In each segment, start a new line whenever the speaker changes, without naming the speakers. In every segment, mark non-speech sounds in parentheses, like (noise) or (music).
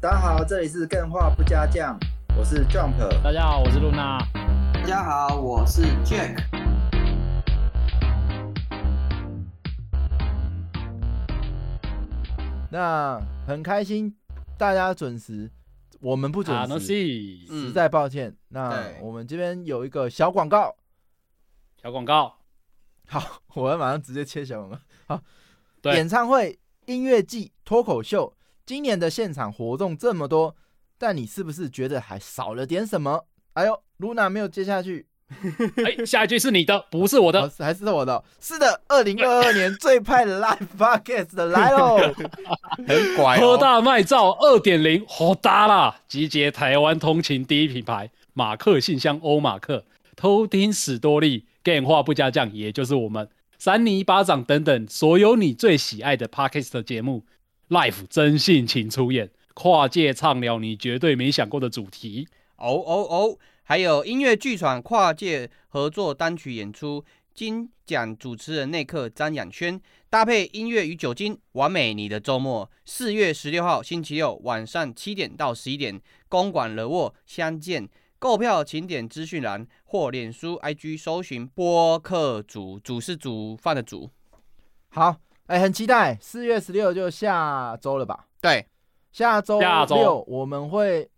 大家好，这里是更画不加酱，我是 Jump。
大家好，我是露娜。
大家好，我是 Jack。
那很开心，大家准时，我们不准
啊，
时，
西
嗯
实在抱歉。那
对
我们这边有一个小广告，
小广告，
好，我要马上直接切小广告。
对
演唱会、音乐季、脱口秀，今年的现场活动这么多，但你是不是觉得还少了点什么？哎呦，露娜没有接下去，
哎， (laughs) 下一句是你的，不是我
啊
哦
的。
是还是我的哦。是的，二零二二年最派的 Live Podcast 的来喽，
(laughs)
很拐、
科
哦。
大麦照二点零，好大啦！集结台湾通勤第一品牌马克信箱欧马克，偷听史多利，game 话不加酱，也就是我们三尼巴掌等等所有你最喜爱的 podcast 节目，Life 真性情出演，跨界畅聊你绝对没想过的主题。
哦哦哦，还有音乐剧场跨界合作单曲演出，金奖主持人内克张养轩搭配音乐与酒精，完美你的周末。四月十六号星期六晚上七点到十一点，公馆惹沃相见。购票请点资讯栏或脸书 IG 搜寻播客煮，煮是煮饭的煮。
好，哎、很期待，四月十六就下周了吧？
对，
下周
下周
六我们会，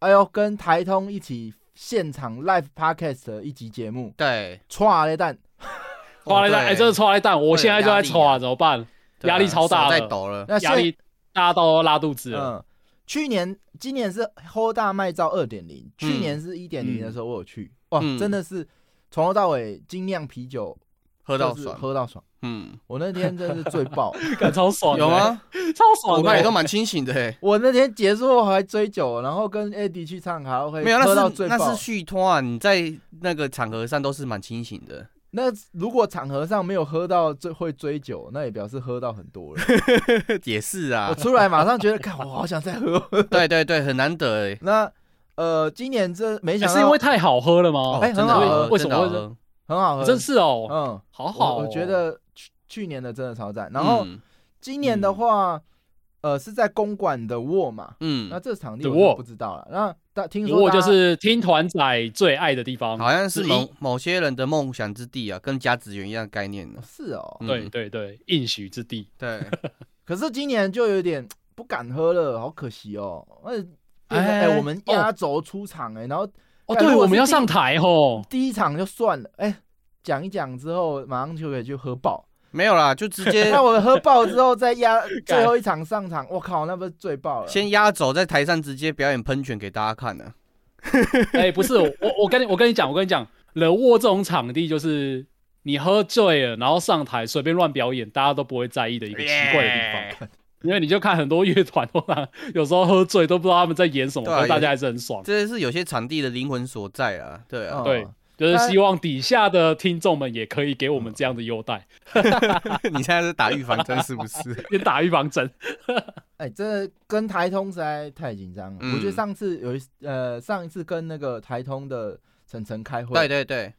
哎呦，跟台通一起现场 Live Podcast 的一集节目，
对，
歘嘞蛋，
错了蛋，
哦对
哎，真的错了蛋，我
会有
现在就
压
在
力
错
啊
啊，怎么办？
对啊
压力超大
手在
的
抖了。
那
压
现
力大家都拉肚子了。
嗯，去年今年是 Hold 大麦照二点零，去
嗯
年是一点零的时候我有去，哇，
嗯
真的是从头到尾精酿啤酒
喝
喝
到爽，
喝到爽。
嗯，
我那天真的是醉爆， (laughs)
感超爽的，
有吗？
超爽
我
的，
看你都蛮清醒的、欸，
我那天结束后还追酒，然后跟 AD 去唱卡拉 OK，
没有，
喝到
那是
醉
那
爆
是。续托啊！你在那个场合上都是蛮清醒的，
那如果场合上没有喝到醉会追酒，那也表示喝到很多
(laughs)
了。
(laughs) 也是
我
啊，
出来马上觉得，看我好想再喝。 (laughs)
对对对，很难得哎、
那呃，今年这没
也
想
欸是因
到
为太好喝了吗？
哎
真的
很好
好
喝
喝
哦为什
真的
么
好
会
喝？
很好喝，
真是哦，
嗯，
好好
我
哦，
我觉得去去年的真的超赞。然后
嗯
今年的话，呃，是在公馆的沃嘛，那
嗯，
这场地
The
我就
Wall
不知道了。那大听说
我
大
就
家
是听团仔最爱的地方，
好像是
之一
某某些人的梦想之地啊，跟甲子园一样概念呢、
哦是哦，
嗯
对对对，应许之地。
对，
可是今年就有点不敢喝了，好可惜哦。而且变成
哎
哎，我们压轴出场哎，然后
哦，
干
对，
如果
我
是
们要
第
上台
(laughs)
吼，
第一场就算了，哎，讲一讲之后，马上就可以去喝爆。
没有啦，就直
(laughs)
接
那我们喝爆之后再
(laughs)
压最后一场上场，我靠，那不是醉爆了？
先压走，在台上直接表演喷泉给大家看呢、啊。
哎，不是，我我跟你我跟你讲，我跟你讲，冷沃这种场地就是你喝醉了，然后上台随便乱表演，大家都不会在意的一个奇怪的地方。
方，
因为你就看很多乐团，通常有时候喝醉都不知道他们在演什么，
对啊
但大
有些
家还是很爽。
这是有些场地的灵魂所在啊，对啊，
嗯
对就是
但
希望底下的听众们也可以给我们这样的优
(laughs)
待，
(laughs) 你现在是打预防针是不是？
边打预防
(laughs)
针。
哎，这跟台通实在太紧张了。
嗯
我觉得上次有一呃，上一次跟那个台通的晨晨开
(laughs)
会，
对对对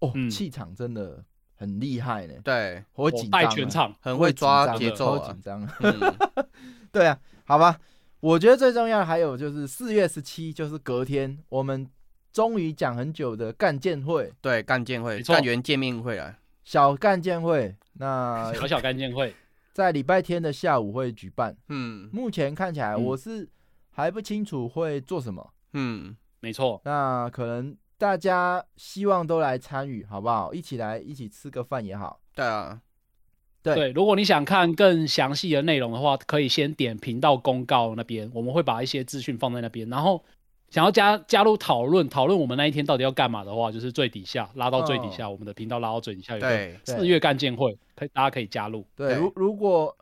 哦，
嗯
气场真的很厉害呢，
对，
我会
我
紧张
带
啊，
全场，
很
我会
会
紧张
抓
啊
节奏
我会
啊
紧。张啊。
嗯
对啊，好吧，我觉得最重要的还有就是四月十七，就是隔天，我们终于讲很久的干建会，
对，干见会，
没错
干员见面会啊，
小干建会，
(laughs)
那
小小干见会，
在礼拜天的下午会举办。
嗯
目前看起来
嗯
我是还不清楚会做什么。
嗯，
没错，
那可能大家希望都来参与，好不好？一起来，一起吃个饭也好。
对啊，
对
对。如果你想看更详细的内容的话，可以先点频道公告那边，我们会把一些资讯放在那边。然后想要加加入讨论，讨论我们那一天到底要干嘛的话，就是最底下拉到最底下，我们的频道拉到最底下有个
嗯对，
四月干见会，可以大家可以加入。
对，
对
如如果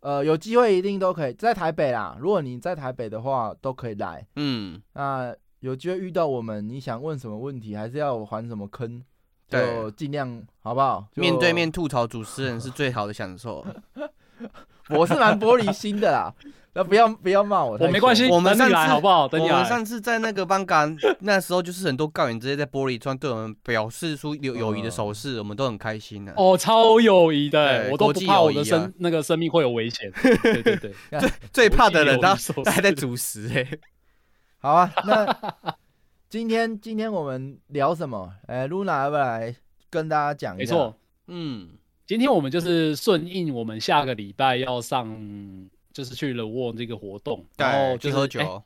呃有机会，一定都可以在台北啦。如果你在台北的话，都可以来。
嗯，
那有机会遇到我们，你想问什么问题，还是要我还什么坑，
对
就尽量好不好？就
面对
(laughs)
面，吐槽主持人是最好的享受。
我是蛮玻璃心的啦，那不要不要骂我，
我没关系，
我们
等你
上
来
次
好不好？等
我
你
们
来。
上次在那个班嘎那时候，就是很多告员直接在玻璃窗对我们表示出友友谊的手势，我们都很开心的、啊。
嗯哦，超友谊的，我
对
都
国
不
际
怕我
友
的
谊
生、
啊
那个生命会有危
(laughs)
险。对对对，
最怕的人
国际友
他
谊手势
还在主食哎、
(laughs)
好啊，那 (laughs) 今天今天我们聊什么？哎、露娜要不要来跟大家讲一
没
下？
错。
嗯，
今天我们就是顺应我们下个礼拜要上，就是去了沃这个活动，然后
对，
就
去
是
喝
哎
酒，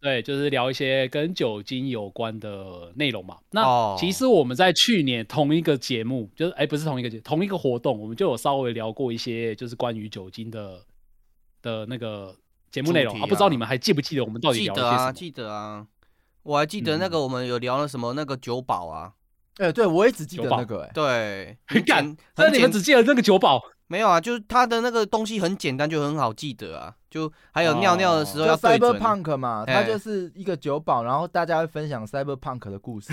对，就是聊一些跟酒精有关的内容嘛。
哦
那其实我们在去年同一个节目，就是哎、不是同一个节，同一个活动，我们就有稍微聊过一些就是关于酒精的的那个节目内容
主题
啊。不知道
啊
你们还记不记得我们到底
记
聊了
得
些什
啊，
么？嗯
记得啊，我还记得那个我们有聊了什么那个酒保啊，
哎、对我也只记得
有吧
那个、
(laughs)
哎，
对，
很
简
干，
很
那你们
简
只记得那个酒保，
没有啊，就是他的那个东西很简单，就很好记得啊，就还有尿尿的时
就
哦
候要对准。 (laughs)
Cyberpunk 嘛，它
哎
就是一个酒保，然后大家会分享 Cyberpunk 的故
(laughs)
事，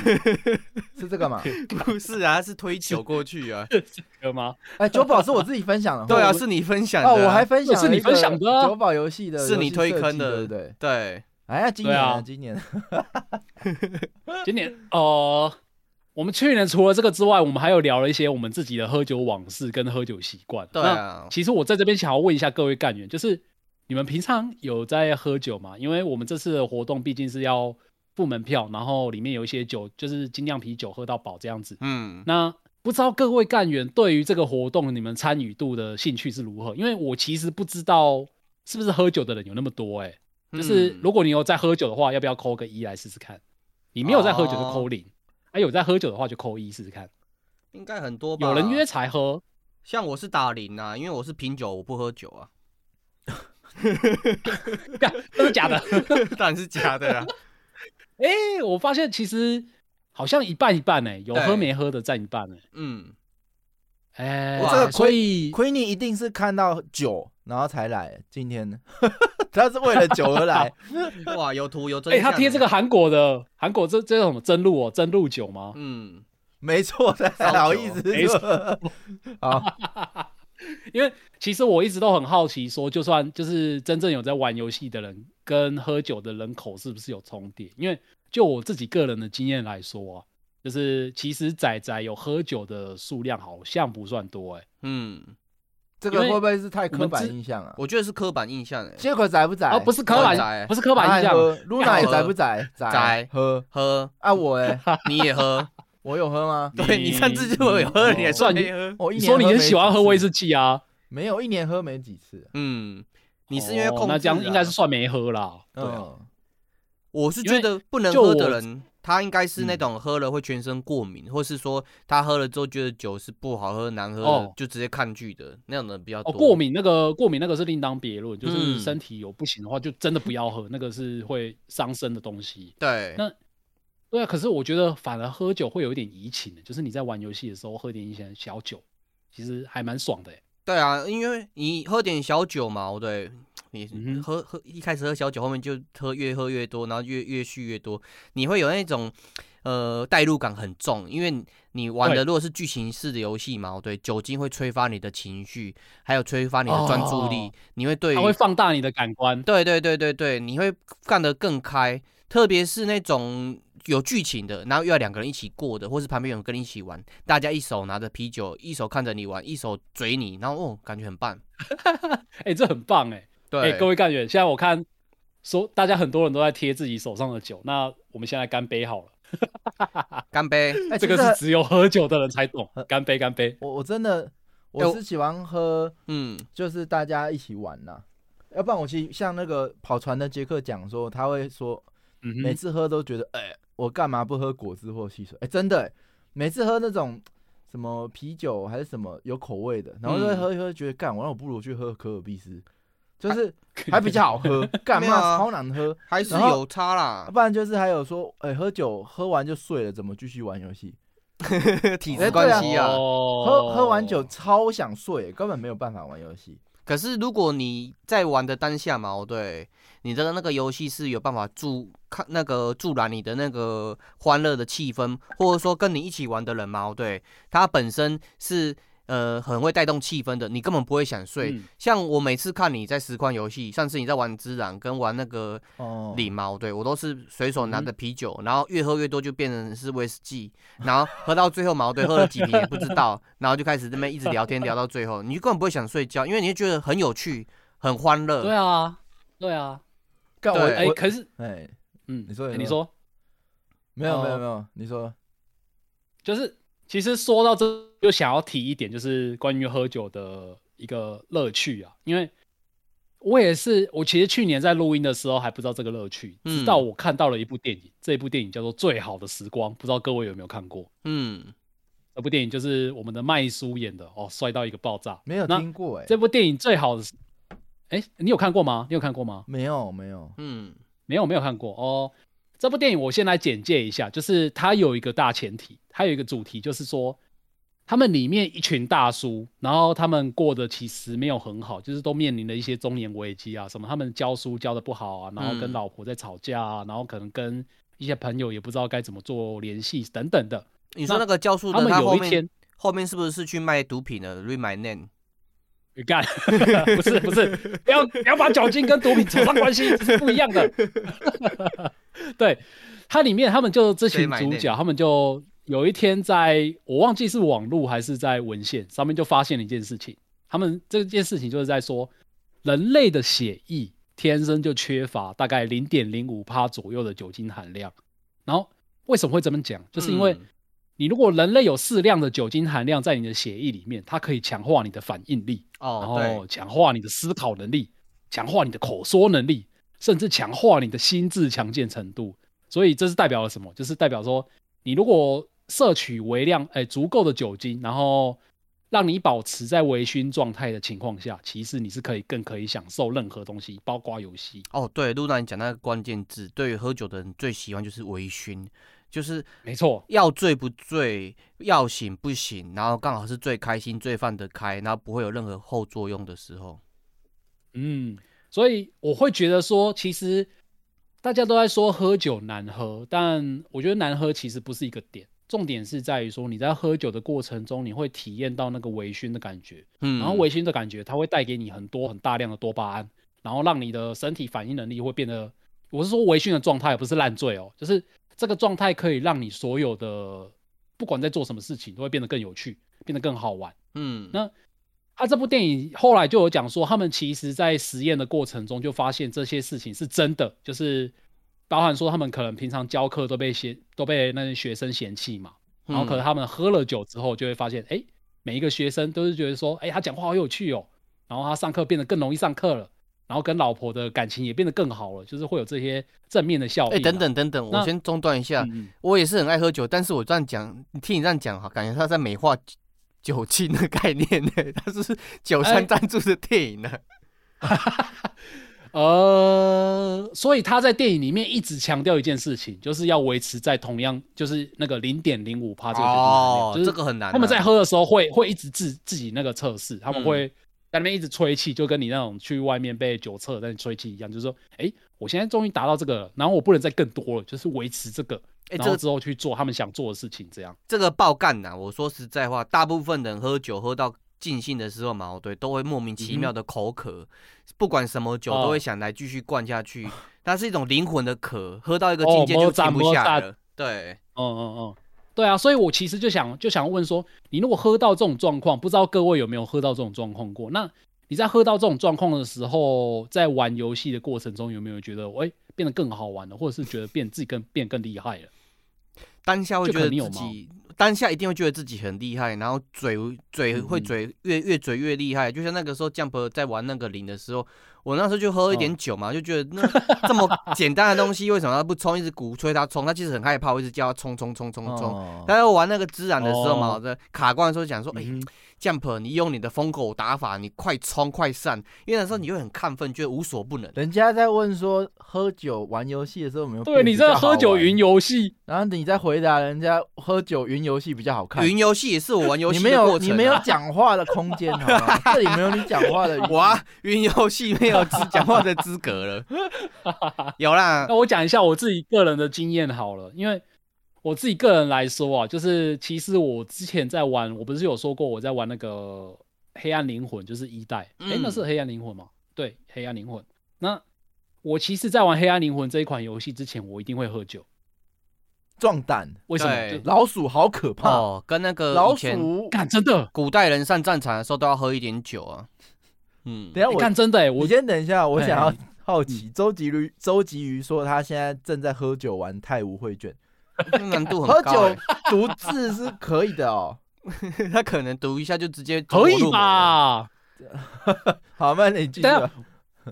是这个嘛？
不是啊，是推酒过去啊。
有吗？
哎、酒保是我自己分享的，
对啊，
我
是你分享的、
哦，我还分享了
是你
一个
分享的啊
酒保游戏的，
是你推坑的
对不对？
对，
哎呀，今年、
对啊
今年
今年呃，我们去年除了这个之外，我们还有聊了一些我们自己的喝酒往事跟喝酒习惯。
对啊
那其实我在这边想要问一下各位干员，就是你们平常有在喝酒吗？因为我们这次的活动毕竟是要付门票，然后里面有一些酒，就是精酿啤酒喝到饱这样子。
嗯，
那不知道各位干员对于这个活动你们参与度的兴趣是如何？因为我其实不知道是不是喝酒的人有那么多哎、就是
嗯
如果你有在喝酒的话，要不要扣个一来试试看？你没有在喝酒就
哦
扣零，还、有在喝酒的话就扣一试试看。
应该很多吧。
有人约，才喝，
像我是打零啊，因为我是品酒，我不喝酒啊， (laughs)
干真的假的？ (laughs)
当然是假的啊啦。
哎、我发现其实好像一半一半哎、有
对
喝没喝的占一半哎、
嗯，
哎、
哇这个
所以
Queenie 一定是看到酒，然后才来。今天 (laughs) 他是为了酒而来，
哇，有图有真
哎、
相。欸
他贴这个，韩国的韩国这这叫什么真露哦，真露酒吗？
嗯，
没错，
烧酒
好意思
没
说。好，
因为其实我一直都很好奇，说就算就是真正有在玩游戏的人跟喝酒的人口是不是有重叠？因为就我自己个人的经验来说啊，就是其实仔仔有喝酒的数量好像不算多哎、
嗯，
这个
因为
会不会是太刻
我
板
们之
印象啊？
我觉得是刻板印象哎、
杰克宅不宅？
啊，不是刻板，
宅
不是刻板印象，
露娜也
喝
宅
(laughs)
不宅？宅
宅
喝
喝，
啊，我哎，
你也喝，
(laughs)
我有喝吗？
对
你
你上次就有喝，你还说
哦算
没喝。
我一
你
年
说你
喝
很
没
喜欢
几
喝
次
威士忌啊？
没有，一年喝没几次。
嗯，你是因为
哦
控制、啊
那这样应该是算没喝啦。
对啊
嗯，
我是
因为
觉得不能
就
喝的
我嗯
人，他应该是那种喝了会全身过敏，或是说他喝了之后觉得酒是不好喝、难喝的，
哦
就直接抗拒的那种人比较多。
哦，过敏那个过敏那个是另当别论，就是
嗯
身体有不行的话，就真的不要喝，那个是会伤身的东西。
对，
那对啊，可是我觉得反而喝酒会有一点怡情的，就是你在玩游戏的时候喝点一些小酒，其实还蛮爽的欸。
对啊，因为你喝点小酒嘛，对，
嗯
你
哼
喝喝一开始喝小酒，后面就喝越喝越多，然后越越续越多，你会有那种呃代入感很重，因为你你玩的
对
如果是剧情式的游戏嘛，对，酒精会催发你的情绪，还有催发你的专注力，
哦
你会对于
它会放大你的感官。
对对对对对，你会看得更开，特别是那种有剧情的，然后又要两个人一起过的，或是旁边有人跟你一起玩，大家一手拿着啤酒，一手看着你玩，一手嘴你，然后哦，感觉很棒。
哎、这很棒哎！哎、
对，
各位干员，现在我看说大家很多人都在贴自己手上的酒，那我们现在干杯好了。
干杯！
哎，
这
其
个
实
是只有喝酒的人才懂，干杯干杯！
我我真的
哎
我
我
是喜欢喝，
嗯，
就是大家一起玩呐。要不然我其实像那个跑船的杰克讲说，他会说
嗯
每
哼，
次喝都觉得，哎、我干嘛不喝果汁或汽水？哎、真的、哎每次喝那种什么啤酒还是什么有口味的，然后就会
嗯
喝一喝，觉得干，我让我不如去喝可尔必斯，就是还比较好喝，干
没有
嘛
啊
超难喝？
还是
然后
有差啦，
不然就是还有说，哎、喝酒喝完就睡了，怎么继续玩游戏？
体
哎
质关系啊。
哦
喝喝完酒超想睡、欸根本没有办法玩游戏。
可是如果你在玩的当下嘛，哦对，你的那个游戏是有办法助看那个助燃你的那个欢乐的气氛，或者说跟你一起玩的人嘛，哦对，他本身是呃很会带动气氛的，你根本不会想睡。
嗯
像我每次看你在实况游戏，上次你在玩《之壤》跟玩那个
哦，
礼猫，对我都是随手拿
嗯
着啤酒，然后越喝越多就变成是威士忌，然后喝到最后毛对喝了几瓶也不知道，然后就开始这边一直聊天聊到最后，你就根本不会想睡觉，因为你就觉得很有趣、很欢乐。
对啊，对啊，
干我
对
哎、
我
可是，
哎，
嗯，
你说
哎
你
你
说
说，
没有没有
哦
没有，你说
就是其实说到这，就想要提一点，就是关于喝酒的一个乐趣啊，因为我也是，我其实去年在录音的时候还不知道这个乐趣，
嗯
直到我看到了一部电影，这一部电影叫做《最好的时光》，不知道各位有没有看过？
嗯，
这部电影就是我们的麦叔演的哦，帅到一个爆炸。
没有
那
听过哎，
这部电影最好的是，哎，你有看过吗？你有看过吗？
没有没有，
嗯
没有没有看过哦。这部电影我先来简介一下，就是它有一个大前提，它有一个主题，就是说他们里面一群大叔，然后他们过得其实没有很好，就是都面临了一些中年危机啊，什么他们教书教的不好啊，然后跟
嗯
老婆在吵架啊，然后可能跟一些朋友也不知道该怎么做联系等等的。
你说
那
那个教授
他
的
们
他后
有一
面
天
后面是不是去卖毒品了？Read my name。
你干， (laughs) 不是不是，不要不要把酒精跟毒品扯上关系，这是不一样的。 (laughs) 对，它里面他们就这群主角，他们就有一天在我忘记是网络还是在文献上面就发现了一件事情，他们这件事情就是在说人类的血液天生就缺乏大概零点零五帕左右的酒精含量，然后为什么会这么讲？就是因为、
嗯
你如果人类有适量的酒精含量在你的血液里面，它可以强化你的反应力，然
哦，对
后，强化你的思考能力，强化你的口说能力，甚至强化你的心智强健程度。所以这是代表了什么？就是代表说，你如果摄取微量诶、足够的酒精，然后让你保持在微醺状态的情况下，其实你是可以更可以享受任何东西，包括游戏。
哦，对，露娜，你讲那个关键字，对于喝酒的人最喜欢就是微醺，就是
没错，
要醉不醉，要醒不醒，然后刚好是最开心、最放得开，然后不会有任何后作用的时候。
嗯，所以我会觉得说，其实大家都在说喝酒难喝，但我觉得难喝其实不是一个点，重点是在于说你在喝酒的过程中，你会体验到那个微醺的感觉，
嗯，
然后微醺的感觉它会带给你很多很大量的多巴胺，然后让你的身体反应能力会变得，我是说微醺的状态，不是烂醉哦，就是这个状态可以让你所有的不管在做什么事情都会变得更有趣，变得更好玩。
嗯，
那啊，这部电影后来就有讲说，他们其实在实验的过程中就发现这些事情是真的，就是包含说他们可能平常教课都被嫌都被那些学生嫌弃嘛，然
嗯
后可能他们喝了酒之后就会发现，哎、每一个学生都是觉得说，哎、他讲话好有趣哦，然后他上课变得更容易上课了，然后跟老婆的感情也变得更好了，就是会有这些正面的效应、
哎、等，等等等，我
那
先中断一下，
嗯嗯
我也是很爱喝酒，但是我这样讲，你听你这样讲哈，感觉他在美化酒酒精的概念呢， (laughs) 他是不是酒
哎
商赞助的电影呢、
呃，所以他在电影里面一直强调一件事情，就是要维持在同样就是那个零点零五帕这个酒精含量，就是
这个很难啊、嗯
他们在喝的时候会会一直自自己那个测试，他们会在那边一直吹气，就跟你那种去外面被酒测但吹气一样，就是说，哎、我现在终于达到这个了，然后我不能再更多了，就是维持这个，
哎
然
这
后
个
之后去做他们想做的事情，这样。
这个爆干呐、我说实在话，大部分人喝酒喝到尽兴的时候嘛，哦对，都会莫名其妙的口渴，不管什么酒
嗯哦
都会想来继续灌下去，它是一种灵魂的渴，喝到一个
哦
境界就
摸赞
停不下
摸
了。对，
嗯嗯嗯，对啊，所以我其实就想就想问说，你如果喝到这种状况，不知道各位有没有喝到这种状况过？那你在喝到这种状况的时候，在玩游戏的过程中，有没有觉得哎、诶变得更好玩了，或者是觉得变自己更变更厉害了？
当下会
就
觉
可
得
能有
自己，当下一定会觉得自己很厉害，然后嘴嘴
嗯
会
嗯
嘴越越嘴越厉害。就像那个时候 Jump 在玩那个零的时候，我那时候就喝一
哦
点酒嘛，就觉得那这么简单的东西为什么他不冲？一直鼓吹他冲，他其实很害怕，我一直叫他冲冲冲冲冲。
哦
他在玩那个孜然的时候嘛，
哦
我在卡关的时候讲说，哎、
嗯哼
j u m p 你用你的疯狗打法，你快冲快散，因为那时候你就很亢奋，觉得无所不能。
人家在问说喝酒玩游戏的时候有没有
对
变
你
比
这
较好
喝酒
玩
云，游戏，
然后你再回答人家喝酒云游戏比较好看。
云游戏也是我玩游
你
戏
没
的
有
过程、啊
你没有讲话的空间，好吗？这里没有你讲话的余
(laughs)
地。
哇，云游戏没有资讲话的资
(laughs)
格了。有啦
那，我讲一下我自己个人的经验好了，因为我自己个人来说啊，就是其实我之前在玩，我不是有说过我在玩那个黑暗灵魂，就是一代，哎、
嗯
那是黑暗灵魂吗？对，黑暗灵魂。那我其实，在玩黑暗灵魂这一款游戏之前，我一定会喝酒。
壮胆，
为什么？
对
就
老鼠好可怕，
哦，跟那个
老
以前
鼠。
干真的，
古代人上战场的时候都要喝一点酒啊。嗯，
等一下
你
我
看真的、欸，我
你先等一下，我
哎
想要好奇，周吉
嗯
驴周吉鱼说他现在正在喝酒玩太无绘卷，
难度
喝
很高、
酒
欸。
独自是可以的哦。
(laughs)
(laughs)
他可能读一下就直接走火
可以
入魔了？
吧？
好，那你继续 (laughs) 吧。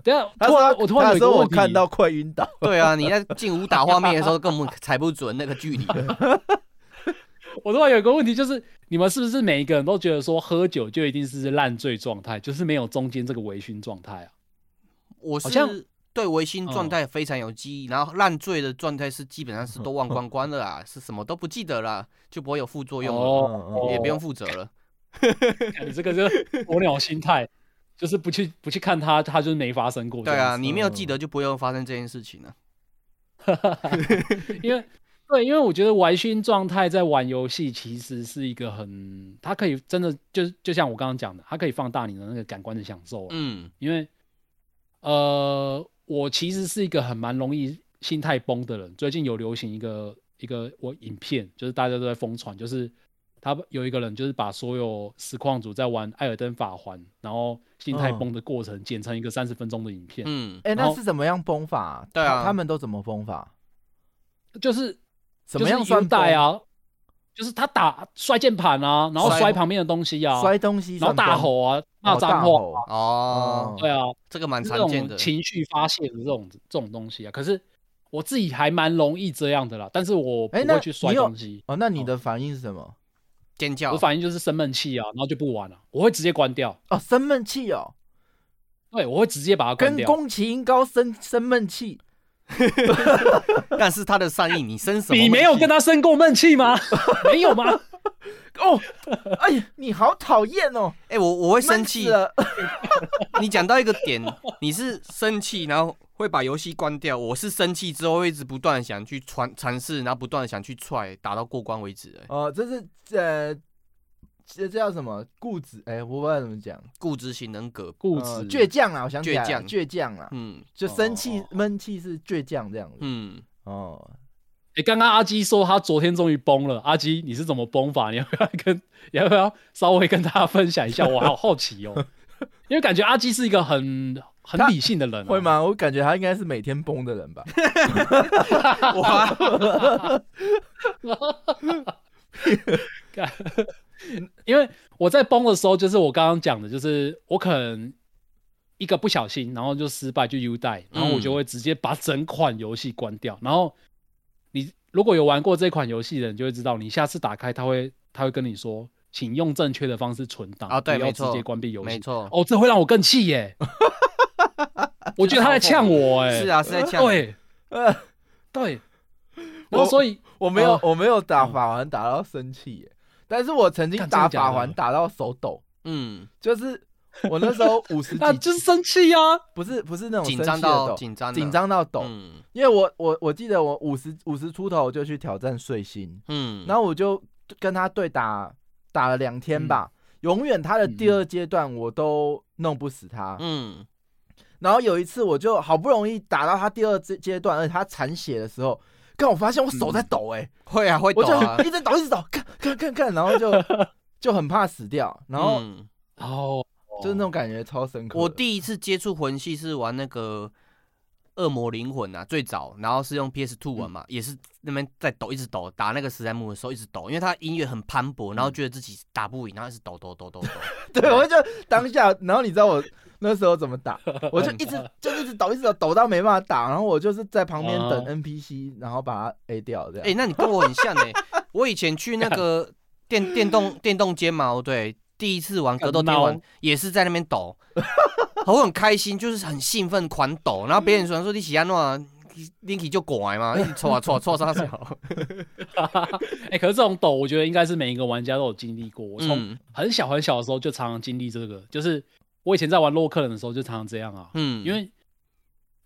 等一下，
他
突
说
然
他
我突然有
他
一个
说我
问题，
看到快晕倒，
对啊，你在进武打画面的时候根本踩不准那个距离。
我突然有一个问题，就是你们是不是每一个人都觉得说喝酒就一定是烂醉状态，就是没有中间这个微醺状态啊？
我
好像嗯
是对维新状态非常有记忆，然后烂醉的状态是基本上是都
嗯
忘光光了啊，是什么都不记得啦，就不会有副作用了，
哦
也不用负责了。
你这个就是鸵鸟心态，就是不去不去看它，它就是没发生过这
对
样
啊，
子。
你没有记得就不用发生这件事情了。
哦因为对，因为我觉得微醺状态在玩游戏其实是一个很，它可以真的就就像我刚刚讲的，它可以放大你的那个感官的享受啊。
嗯，
因为呃，我其实是一个很蛮容易心态崩的人。最近有流行一个一个我影片，就是大家都在疯传，就是他有一个人就是把所有实况组在玩《艾尔登法环》，然后心态
嗯
崩的过程剪成一个三十分钟的影片，
嗯，
哎，
然
那
后
是怎么样崩法？
对啊
他他们都怎么崩法？
就是
怎么样
就是
算
腰带
崩？
啊？就是他打摔键盘啊，然后
摔
摔旁边的东西啊，
摔东西，
然后大，吼啊，骂
哦大
脏话，
吼，
哦，
对啊，
这个蛮
这
常见
种
的。
情绪发泄的这种这种东西啊。可是我自己还蛮容易这样的啦，但是我不
哎那
会去摔
你有
东西，
哦，那你的反应是什么？
尖叫
我，反应就是生闷气啊，然后就不玩了，我会直接关掉。
哦，生闷气哦，
对，我会直接把它关
跟
掉。
宫崎英高生生闷气，
但是他的善意，你生什么？
你没有跟，他生过闷气吗？ (laughs) 没
(laughs)
有吗？
哦，哎呀，你好讨厌哦，
哎、我我会生
闷死
气。
了，
你讲到一个点，你是生气，然后会把游戏关掉；我是生气之后会一直不断地想去传尝试，然后不断地想去踹，打到过关为止。哎
(laughs) 哦，这是呃，这这叫什么固执？哎，我不知道怎么讲，
固执型人格，
固
呃
执、
倔强啦，我想起来了
倔强
倔强啦，
嗯
就生气
哦
闷气是倔强这样子，
嗯，
哦，
哎，刚刚阿基说他昨天终于崩了。阿基，你是怎么崩法？你要不要跟你要不要稍微跟大家分享一下？我好好奇
(laughs)
哦，因为感觉阿基是一个很很理性的人、啊，
会？吗？我感觉他应该是每天崩的人吧，
(laughs)
(laughs)
(laughs) 哇，
因为我在崩的时候，就是我刚刚讲的，就是我可能一个不小心，然后就失败，就 U 带，然后我
嗯
就会直接把整款游戏关掉。然后你如果有玩过这款游戏的人，就会知道，你下次打开，他会他会跟你说，请用正确的方式存档
啊对
不要
没
直
错
接关闭游
没
戏。
错，
哦，这会让我更气
(laughs)
耶！我觉得他在呛我哎、
是啊，是在呛。，
对
呃，
对，然
我
后所以
我没有、
哦
我没有打
嗯
法环打到生气耶，但是我曾经
干真的
打
假的
法环打到手抖，
嗯，
(laughs)
就是我那时候五十
那
几，
就是生气啊，
不是不是那种
紧
生
张
气的
到
抖，
紧张，
紧，张到抖，
嗯
因为我我我记得我五十五十出头就去挑战睡星，
嗯，
然
后
后我就跟他对打打了两天吧，
嗯
永远他的第二阶段我都弄不死他，
嗯
然后有一次我就好不容易打到他第二阶阶段，而且他残血的时候，看我发现我手在抖哎、
(laughs) 会啊会
我
抖
就
(laughs) 啊，
一直抖，一直抖，看看看看，然
(laughs)
后就就很怕死掉，然后
嗯
哦，
就是那种感觉超深刻的。
我第一次接触魂系是玩那个。恶魔灵魂啊，最早，然后是用 PS Two 玩嘛，也是那边在抖，一直抖，打那个实在木的时候一直抖，因为他音乐很磅礴，然后觉得自己打不赢，然后一直抖抖抖抖抖。
对，我就当下，然后你知道我那时候怎么打，我就
(laughs)
一直就一直抖，一直抖，抖到没办法打，然后我就是在旁边等
哦
NPC，然后把它 A 掉这
嗯哎、
样。
那你跟我很像哎、我以前去那个电电动电动街嘛，哦对，第一次玩格斗天
闹
玩也是在那边抖，我很开心，就是很兴奋狂抖，然后别人说说你喜安诺。Linky 就拐嘛，一直戳啊戳啊戳
(laughs)
啥小，
哎、可是这种抖，我觉得应该是每一个玩家都有经历过。我从
嗯
很小很小的时候就常常经历这个，就是我以前在玩洛克人的时候就常常这样啊，
嗯
因为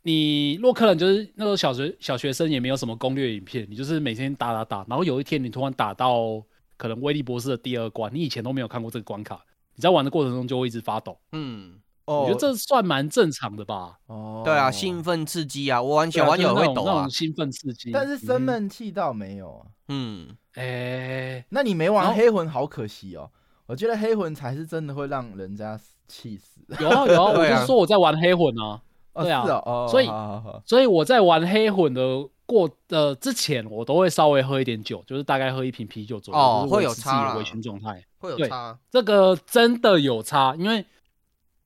你洛克人就是那时候小学小学生也没有什么攻略影片，你就是每天打打打，然后有一天你突然打到可能威力博士的第二关，你以前都没有看过这个关卡，你在玩的过程中就会一直发抖，
嗯，
哦
我觉得这算蛮正常的吧。
哦，
对啊，兴奋刺激啊，我玩小
对啊
玩友
就是
会
那种
抖
那
啊
种，兴奋刺激。
但是生
嗯
闷气倒没有啊。
嗯，
哎、
那你没
然
玩
后
黑魂好可惜哦，我觉得黑魂才是真的会让人家气死。
有啊
(laughs)
有啊，我
对啊
就说我在玩黑魂啊，
哦，
对啊
是哦，哦
所以
好好好
所以我在玩黑魂的过呃之前，我都会稍微喝一点酒，就是大概喝一瓶啤酒左右，
哦
就是维
会有
持自己
差
的
啦
微醺状态。
会有
对
差，
这个真的有差，因为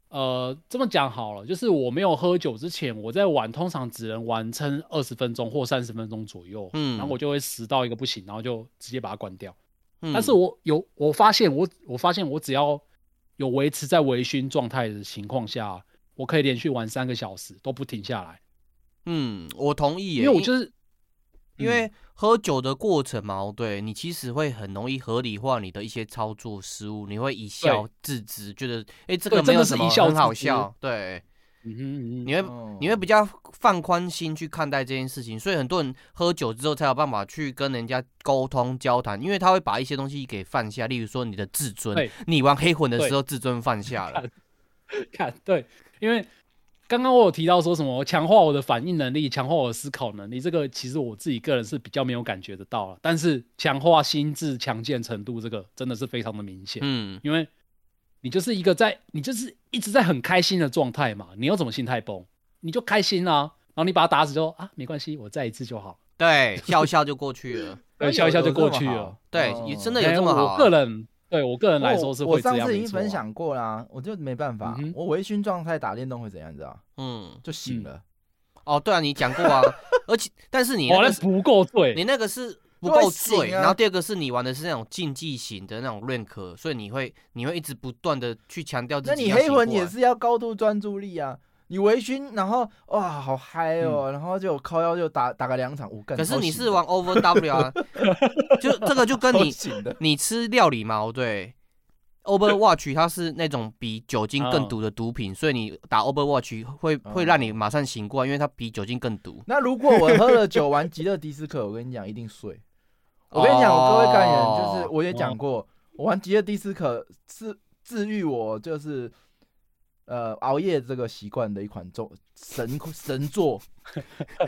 呃，这么讲好了，就是我没有喝酒之前，我在玩通常只能完成二十分钟或三十分钟左右，
嗯
然后我就会死到一个不行，然后就直接把它关掉。
嗯
但是我有我发现我我发现我只要有维持在微醺状态的情况下，我可以连续玩三个小时都不停下来，
嗯，我同意耶，
因为我就是
因为喝酒的过程嘛，哦对你其实会很容易合理化你的一些操作失误，你会一笑置之，觉得哎、这个
对
没有
真的是
什么
一笑
很好
置之
笑，对，
嗯哼嗯哼
你会、
哦
你会比较放宽心去看待这件事情，所以很多人喝酒之后才有办法去跟人家沟通交谈，因为他会把一些东西给放下，例如说你的自尊
对，
你玩黑魂的时候自尊
(laughs)
放下了，
看，对，因为刚刚我有提到说什么强化我的反应能力，强化我的思考能力，这个其实我自己个人是比较没有感觉得到了，但是强化心智强健程度，这个真的是非常的明显，
嗯
因为你就是一个在你就是一直在很开心的状态嘛，你要怎么心态崩？你就开心啊，然后你把他打死之后啊，没关系，我再一次就好，
对，笑一笑就过去
(laughs)
了，
对，
哎
笑一笑
有
就
有
过
这么
去
好
了。
对
哦
也真的有这
哎
么好
我
啊
个人对我个人来说是
我
会
我
这
上
样，
次已
没
经
错
分
啊。
享过啦，我就没办法
嗯，哼
我微醺状态打电动会怎样，你知道？
嗯，
就醒了。
哦，对啊，你讲过啊， (laughs) 而且但是你那
我
个
哦那不够醉，
你那个是不
就会
够
醒
醉，
啊
然后第二个是你玩的是那种竞技型的那种认可，所以你会你会一直不断的去强调自
那
己。
你黑魂也，是要高度专注力啊。你微醺，然后哇，好嗨
嗯
哦，然后就靠腰就打打个两场，我干。
可是
超
你
醒
是
的
玩 Over W
(laughs)
啊，就这个就跟
超
你
醒的，
你吃料理嘛，对。Overwatch 它是那种比酒精更毒的毒品，所以你打 Overwatch 会
哦
会让你马上醒过来，因为它比酒精更毒。
那如果我喝了酒玩极乐迪斯 (laughs) 科，我跟你讲一定睡。我跟你讲，各位干人，就是
哦
我也讲过，我玩极乐迪斯科是治愈我就是呃熬夜这个习惯的一款重神神作，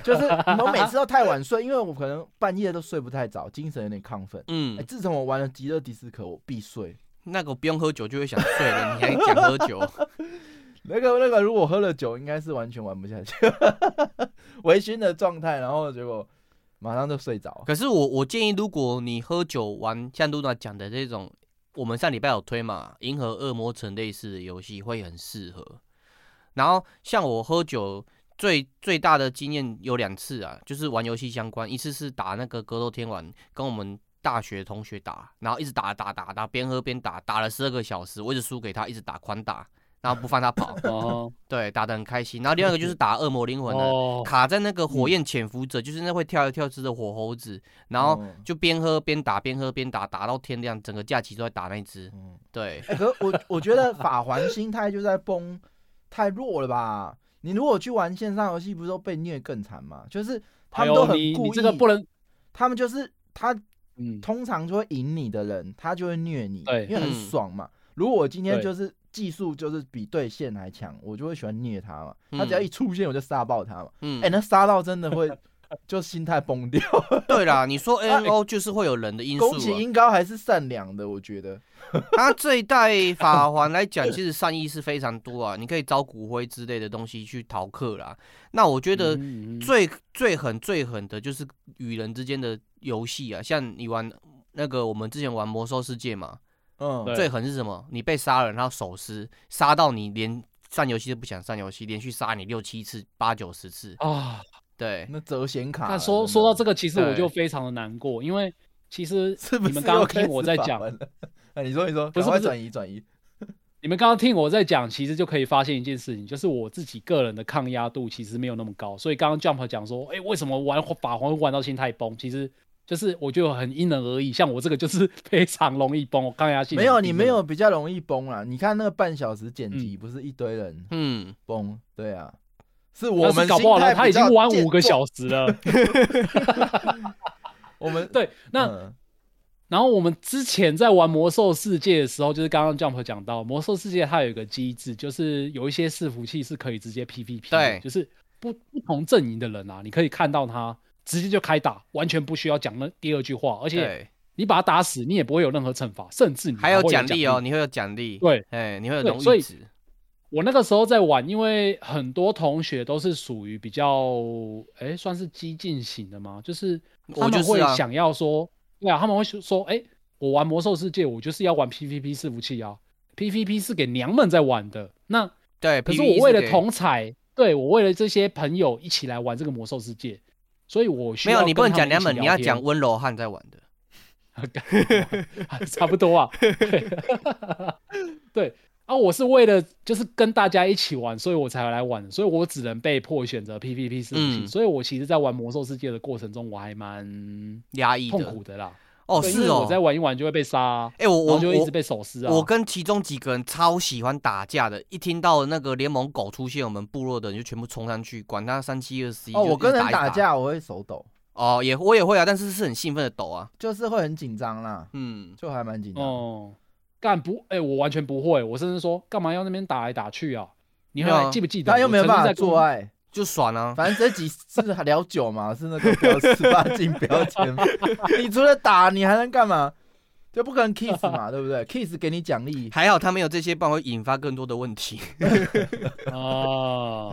就是我每次都太晚睡，因为我可能半夜都睡不太着，精神有点亢奋。哎、
嗯，
自从我玩了极乐迪斯科，我必睡。
那个不用喝酒就会想睡了，你还讲喝酒？
那个那个，如果喝了酒，应该是完全玩不下去， (laughs) 微醺的状态，然后结果马上就睡着。
可是我我建议，如果你喝酒玩像露娜讲的这种，我们上礼拜有推嘛，《银河恶魔城》类似的游戏会很适合。然后像我喝酒最最大的经验有两次啊，就是玩游戏相关，一次是打那个格斗天王，跟我们大学同学打，然后一直打打打打，边喝边打，打了十二个小时，我一直输给他，一直打狂打，然后不放他跑， (laughs)
哦
对，打得很开心。然后另外一个就是打恶魔灵魂啊的，
哦，
卡在那个火焰潜伏者，就是那会跳来跳去的火猴子，然后
嗯
就边喝边打，边喝边打，打到天亮，整个假期都在打那一只。
嗯
对，
欸、可我我觉得法环心态就在崩，太弱了吧？你如果去玩线上游戏，不是都被虐更惨吗？就是他
哎
们都
呦，
很
你
故意，
你这个不能，
他们就是他
嗯，
通常就会赢你的人，他就会虐你，
对
因为很
嗯
爽嘛。如果我今天
对
就是技术就是比对线还强，我就会喜欢虐他嘛。他只要
嗯
一出现，我就杀爆他嘛。
嗯，
哎、那杀到真的会就心态崩掉。
对啦，你说 N O 就是会有人的因素、
宫崎
啊。
英高还是善良的，我觉得。
他这一代法环来讲，其实善意是非常多啊，你可以招骨灰之类的东西去逃课啦。那我觉得
嗯嗯嗯
最最狠最狠的就是与人之间的游戏啊，像你玩那个我们之前玩魔兽世界嘛，
嗯，
对
最狠是什么？你被杀了，然后手撕，杀到你连上游戏都不想上游戏，连续杀你六七次、八九十次。
啊，
对，
那折显卡了。
那说说到
这。
这个，其实
对
我就非常的难过，因为其实
(laughs) 是不是
你们刚
又
刚
开
听我
始
在
把
讲，
玩了？ (laughs) 哎，你说你说，
不是
赶快
不是
转移转移，
你们刚刚听我在讲，其实就可以发现一件事情，就是我自己个人的抗压度其实没有那么高，所以刚刚 Jump 讲说，哎、为什么玩法环会玩到心态崩？其实就是我觉得很因人而异，像我这个就是 (laughs) 非常容易崩，我抗压性
没有
很低
你
的
没有
人，
比较
嗯
容易崩啦。你看那个半小时剪辑，不是一堆人
嗯，
崩？对啊，是我
但
们
是搞不好
心态
了，
比
他已经
较
玩
健
五个
壮
小时了。 (laughs)
我们
对，那、
嗯
然后我们之前在玩魔兽世界的时候，就是刚刚 Jump 讲到魔兽世界它有一个机制，就是有一些伺服器是可以直接 PVP，的
对
就是不不同阵营的人啊，你可以看到他直接就开打，完全不需要讲那第二句话，而且
对，
你把他打死，你也不会有任何惩罚，甚至你
还
有
有
奖
奖励哦，。你会有奖励，
对，
哎，你会有
对
荣
所以
誉值，
我那个时候在玩，因为很多同学都是属于比较，哎，算是激进型的嘛，就是他
我就
们
是
会
啊
想要说，对啊，他们会说，哎，我玩魔兽世界，我就是要玩 PVP 伺服器啊，PVP 是给娘们在玩的。那
对。
可是
PVE
我为了
给
同彩，对我为了这些朋友一起来玩这个魔兽世界，所以我需
没
要
有，你不能
跟他
讲
们一起
娘们，你
聊
要
天
讲温柔汉在玩的。
(laughs) 差不多啊。 (laughs) 对，对啊，我是为了就是跟大家一起玩，所以我才来玩，所以我只能被迫选择 PVP 四五七。
嗯
所以我其实，在玩魔兽世界的过程中，我还蛮
压抑
痛
的
苦的啦。
哦，
对
是
因为我
哦。
在玩一玩就会被杀啊、
哎、我
然后
我
就一直
我
被手撕啊。
我跟其中几个人超喜欢打架的，一听到那个联盟狗出现，我们部落的人就全部冲上去，管他三七二十一。
哦，
就
我
一
跟
直
人
打一
打架我会手抖，
哦，也我也会啊，但是是很兴奋的抖啊。
就是会很紧张啦，
嗯，
就还蛮紧张。
哦、干不，哎、我完全不会。我甚至说，干嘛要那边打来打去啊？你
没有
还
啊
记不记得？
他又没有办法做
做啊。
爱，
就爽啊。
反正这集是聊酒嘛，是那个
(laughs)
标十八禁标签嘛。你除了打，你还能干嘛？就不可能 kiss 嘛，对不对？kiss 给你奖励，
还好他没有这些，不然会引发更多的问题。
啊，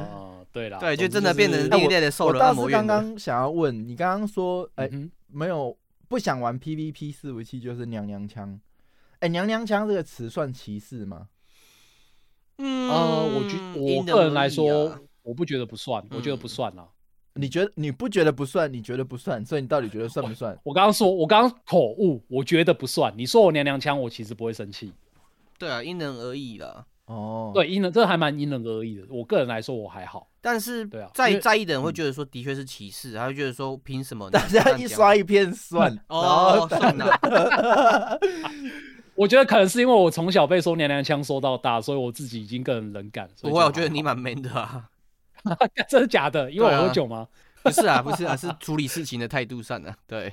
对啦，总
对，就
之
真的变成
是
哎
另一类的兽
我
人
倒
按摩
是
院
刚
了。
刚想要问你，刚刚说，哎、
嗯哼
没有不想玩 PVP 伺服器就是娘娘腔。哎、娘娘腔这个词算歧视吗？
嗯
呃，我觉我
因人
个人
而
来
异
说，
啊
我不觉得不算，我觉得不
嗯
算啊啦。
你觉得你不觉得不算？你觉得不算，所以你到底觉得算
(laughs)
不算？
我刚刚说，我刚刚口误，我觉得不算。你说我娘娘腔，我其实不会生气。
对啊，因人而异啦。
哦，，
对，因人这还蛮因人而异的。我个人来说，我还好。
但是
对啊
在
因为
在意的人会觉得说，的确是歧视，他会觉得说，凭什么你
大
这
家
样
一
讲
刷一
(laughs)
片蒜，
哦，算了，
我觉得可能是因为我从小被说娘娘腔说到大，所以我自己已经个人冷感。所以
不会，
就
我觉得
还
你
好
蛮 man 的
(laughs)
啊。
(laughs) 真的假的？因为
对
我喝
啊
酒吗？
不是啊，不是啊，是处理事情的态度上啊。
(laughs)
对，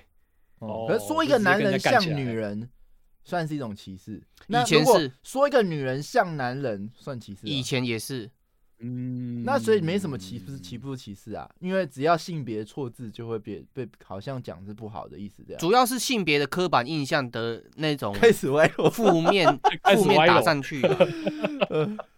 哦
哦，
可是说一
就
个
直接
男
跟人
人
家干
像
起来
女人，算是一种歧视。那
以前
如果
是
说一个女人像男人，算歧视啊、
以前也是，
嗯
那所以没什么歧不歧不歧视啊，因为只要性别错字就会被被好像讲是不好的意思这样。
主要是性别的刻板印象的那
(laughs)
种
开始歪楼
负面
开始
负面
歪
打
楼
上去啊。
(laughs)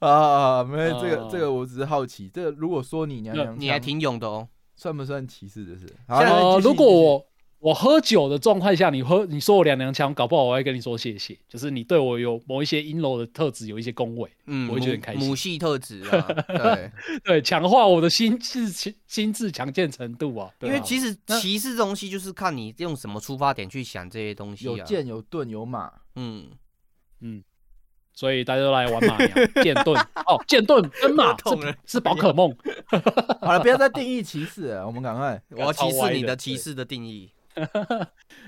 啊，没有这
哦
个这个我只是好奇，这个如果说你娘
那
娘
你还
腔
挺勇的哦。
算不算歧视的
(laughs)
事？好，
现在
那
呃，
继续
如果
继续
我我喝酒的状态下，你喝你说我娘娘腔，搞不好我会跟你说谢谢，就是你对我有某一些阴柔的特质，有一些恭维，
嗯，
我会觉得很开
母
心
母系特质啊，对，
对，强化我的心智心心智强健程度啊。 (laughs) 对
因
啊
为其实
那
歧视东西就是看你用什么出发点去想这些东西
有
啊。
剑有盾有马，
嗯，
所以大家都来玩马娘剑盾哦，剑盾跟马
我懂了
是是宝可梦，
哎
好了，不要再定义歧视
(laughs)
了，我们赶快。
我要
超
歧
歪
视你
的
的
对
歧视的定义。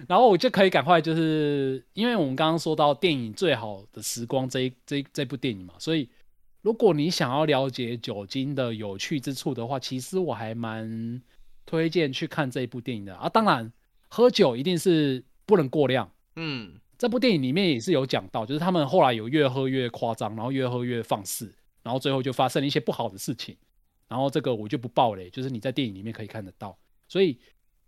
然后我就可以赶快就是，因为我们刚刚说到电影最好的时光这一这一这部电影嘛，所以如果你想要了解酒精的有趣之处的话，其实我还蛮推荐去看这一部电影的啊。当然，喝酒一定是不能过量。
嗯，
这部电影里面也是有讲到，就是他们后来有越喝越夸张，然后越喝越放肆，然后最后就发生了一些不好的事情。然后这个我就不爆雷，就是你在电影里面可以看得到。所以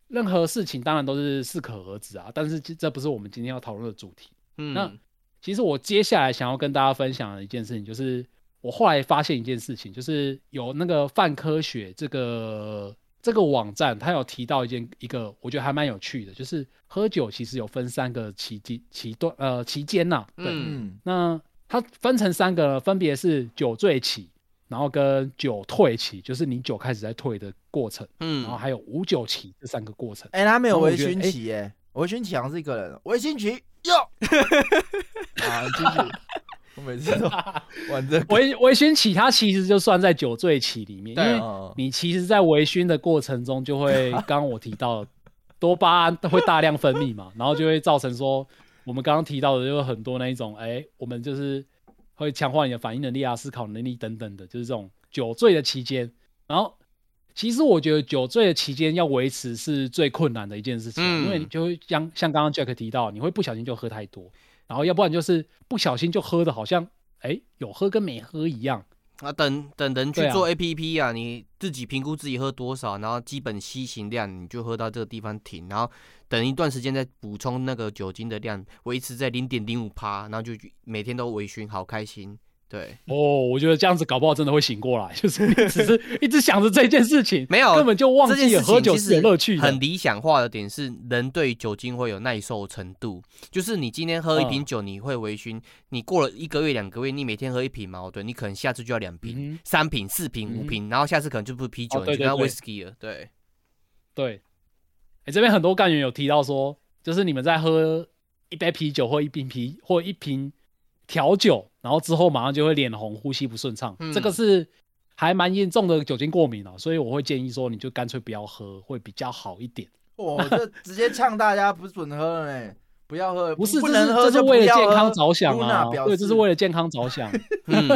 任何事情当然都是适可而止啊，但是这这不是我们今天要讨论的主题。那
嗯，
其实我接下来想要跟大家分享的一件事情，就是我后来发现一件事情，就是有那个泛科学这个这个网站，它有提到一件一个我觉得还蛮有趣的，就是喝酒其实有分三个期间期段呃期间呐、对，
嗯
嗯，
那它分成三个呢，分别是酒醉期，然后跟酒退期，就是你酒开始在退的过程，然后
嗯，
还有无酒期这三个过程。
哎、他没有
然后我
微
觉得
醺
哎
期耶，微醺期好像是一个人，微醺期哟。
(laughs)
啊，继续， (laughs) 我每次都
(laughs)
玩这个。
微微醺期，它其实就算在酒醉期里面，因
对
为
哦
你其实，在微醺的过程中，就会刚刚我提到的多巴胺会大量分泌嘛，然后就会造成说我们刚刚提到的，就是很多那一种，哎，我们就是会强化你的反应能力啊、思考能力等等的，就是这种酒醉的期间，然后其实我觉得酒醉的期间要维持是最困难的一件事情，啊
嗯
因为你就会像像刚刚 Jack 提到，你会不小心就喝太多，然后要不然就是不小心就喝的好像哎有喝跟没喝一样，
啊，等等人去
对啊
做 APP 啊，你自己评估自己喝多少，然后基本吸行量你就喝到这个地方停，然后等一段时间再补充那个酒精的量，维持在零点零五趴，然后就每天都微醺，好开心。对，
(laughs) 哦，我觉得这样子搞不好真的会醒过来， (laughs) 就是你只是一直想着这件事
(laughs)
情，
没有
根本就忘
这件
记
事
了喝
情
酒
其
是
实
有乐趣的。
很理想化的点是，人对酒精会有耐受程度，就是你今天喝一瓶
嗯
酒，你会微醺，你过了一个月、两个月，你每天喝一瓶嘛，哦对，你可能下次就要两瓶、
嗯哼
三瓶、四瓶、
嗯
五
哼
瓶，然后下次可能就不是啤酒，
哦对
你就跟
对对
whisky 了，对。
对，哎、这边很多干员有提到说，就是你们在喝一杯啤酒或一瓶啤或一瓶调酒，然后之后马上就会脸红、呼吸不顺畅，
嗯
这个是还蛮严重的酒精过敏啊，所以我会建议说，你就干脆不要喝，会比较好一点。
我这直接呛大家不准喝了呢，不要喝，
不是，
不
这
能
是
喝
这是
就不
为了
要
健
喝
康着想啊
Luna，表
对，
示
这是为了健康着想。
嗯，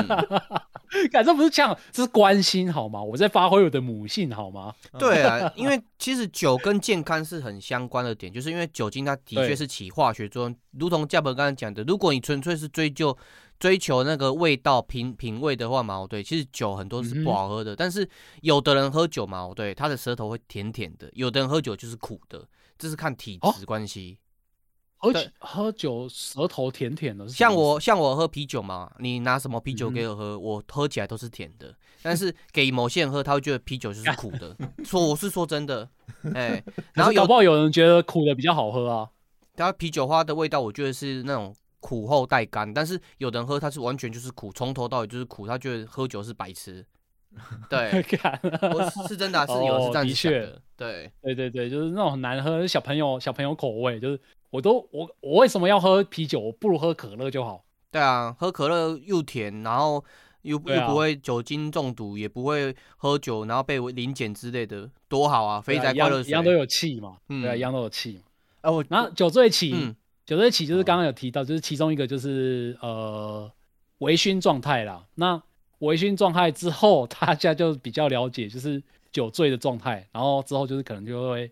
(laughs) 感这不是呛，这是关心好吗？我在发挥我的母性好吗？
对啊，因为其实酒跟健康是很相关的点，就是因为酒精它的确
对
是起化学作用，如同嘉本刚才讲的，如果你纯粹是追究追求那个味道品品味的话嘛，哦对，其实酒很多是
嗯
不
哼
好喝的，但是有的人喝酒嘛，哦对，他的舌头会甜甜的，有的人喝酒就是苦的，这是看体
哦
质关系。
喝
对
酒喝酒舌头甜甜的，是什么
像
意思
我像我喝啤酒嘛，你拿什么啤酒给
嗯
我喝，我喝起来都是甜的，但是给某些人喝，他会觉得啤酒就是苦
(laughs)
的，说我是说真的，哎，然
然
后
后
有
搞不好有人觉得苦的比较好喝啊。
它啤酒花的味道，我觉得是那种苦后带甘，但是有的人喝它是完全就是苦，从头到尾就是苦，他觉得喝酒是白痴。
(laughs)
对，
看，
我是是真的啊、是有人是
哦
这样子想
的确
的。对，
对对对，就是那种很难喝小朋友小朋友口味，就是我都我我为什么要喝啤酒？我不如喝可乐就好。
对啊，喝可乐又甜，然后又、
对
又
啊
不会酒精中毒，也不会喝酒然后被临检之类的，多好啊！肥
对啊
宅
一
快
样
乐
一
水
样都有气嘛，
嗯
对啊，一样都有气嘛。
啊，我
然后酒醉期，
嗯，
酒醉期就是刚刚有提到，就是其中一个就是呃微醺状态啦。那微醺状态之后，大家就比较了解就是酒醉的状态，然后之后就是可能就会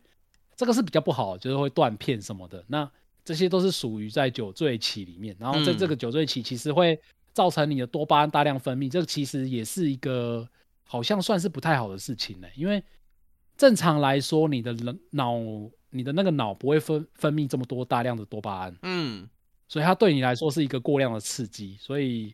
这个是比较不好，就是会断片什么的。那这些都是属于在酒醉期里面，然后在
嗯
这个酒醉期其实会造成你的多巴胺大量分泌，这个其实也是一个好像算是不太好的事情呢、因为正常来说，你的人脑你的那个脑不会分分泌这么多大量的多巴胺，
嗯，
所以它对你来说是一个过量的刺激，所以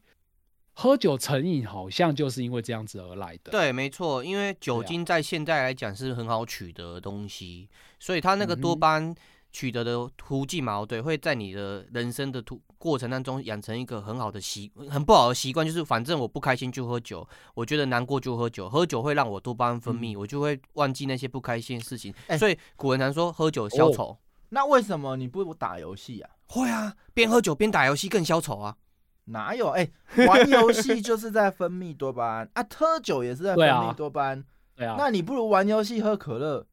喝酒成瘾好像就是因为这样子而来的。
对，没错，因为酒
对啊
精在现在来讲是很好取得的东西，所以它那个
嗯
多
哼
巴胺取得的途径嘛，对，会在你的人生的途过程当中养成一个很好的习，很不好的习惯，就是反正我不开心就喝酒，我觉得难过就喝酒，喝酒会让我多巴胺分
嗯
泌，我就会忘记那些不开心的事情，
哎
所以古人常说喝酒消
哦
愁，
那为什么你不打游戏啊？
会啊，边喝酒边打游戏更消愁
(laughs)
啊，
哪有？哎、玩游戏就是在分泌多巴胺啊，喝酒也是在分
对啊
泌多巴胺，
对啊，
那你不如玩游戏喝可乐，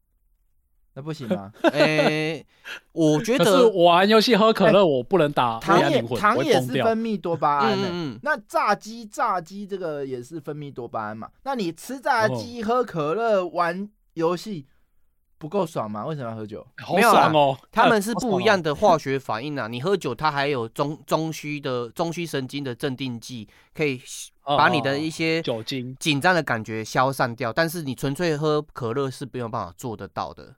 那不行吗？
诶、我觉
可是
得，嗯哎
我嗯玩游戏喝可乐，我不能打
糖
未来
也
灵魂，我
糖
(laughs) 会
也
疯
是
掉。
分泌多巴胺呢、
嗯嗯
那炸鸡炸鸡这个也是分泌多巴胺嘛？那你吃炸
哦
鸡、喝可乐、玩游戏不够爽吗？为什么要喝酒？
好
没有啦
爽哦！
他们
(laughs)
是不一样
的，
的化学反应啊！你喝酒，它还有中中虚的中虚神经的镇定剂，可以
哦
把你的一些
酒精
紧张的感觉消散掉。但是你纯粹喝可乐是没有办法做得到的。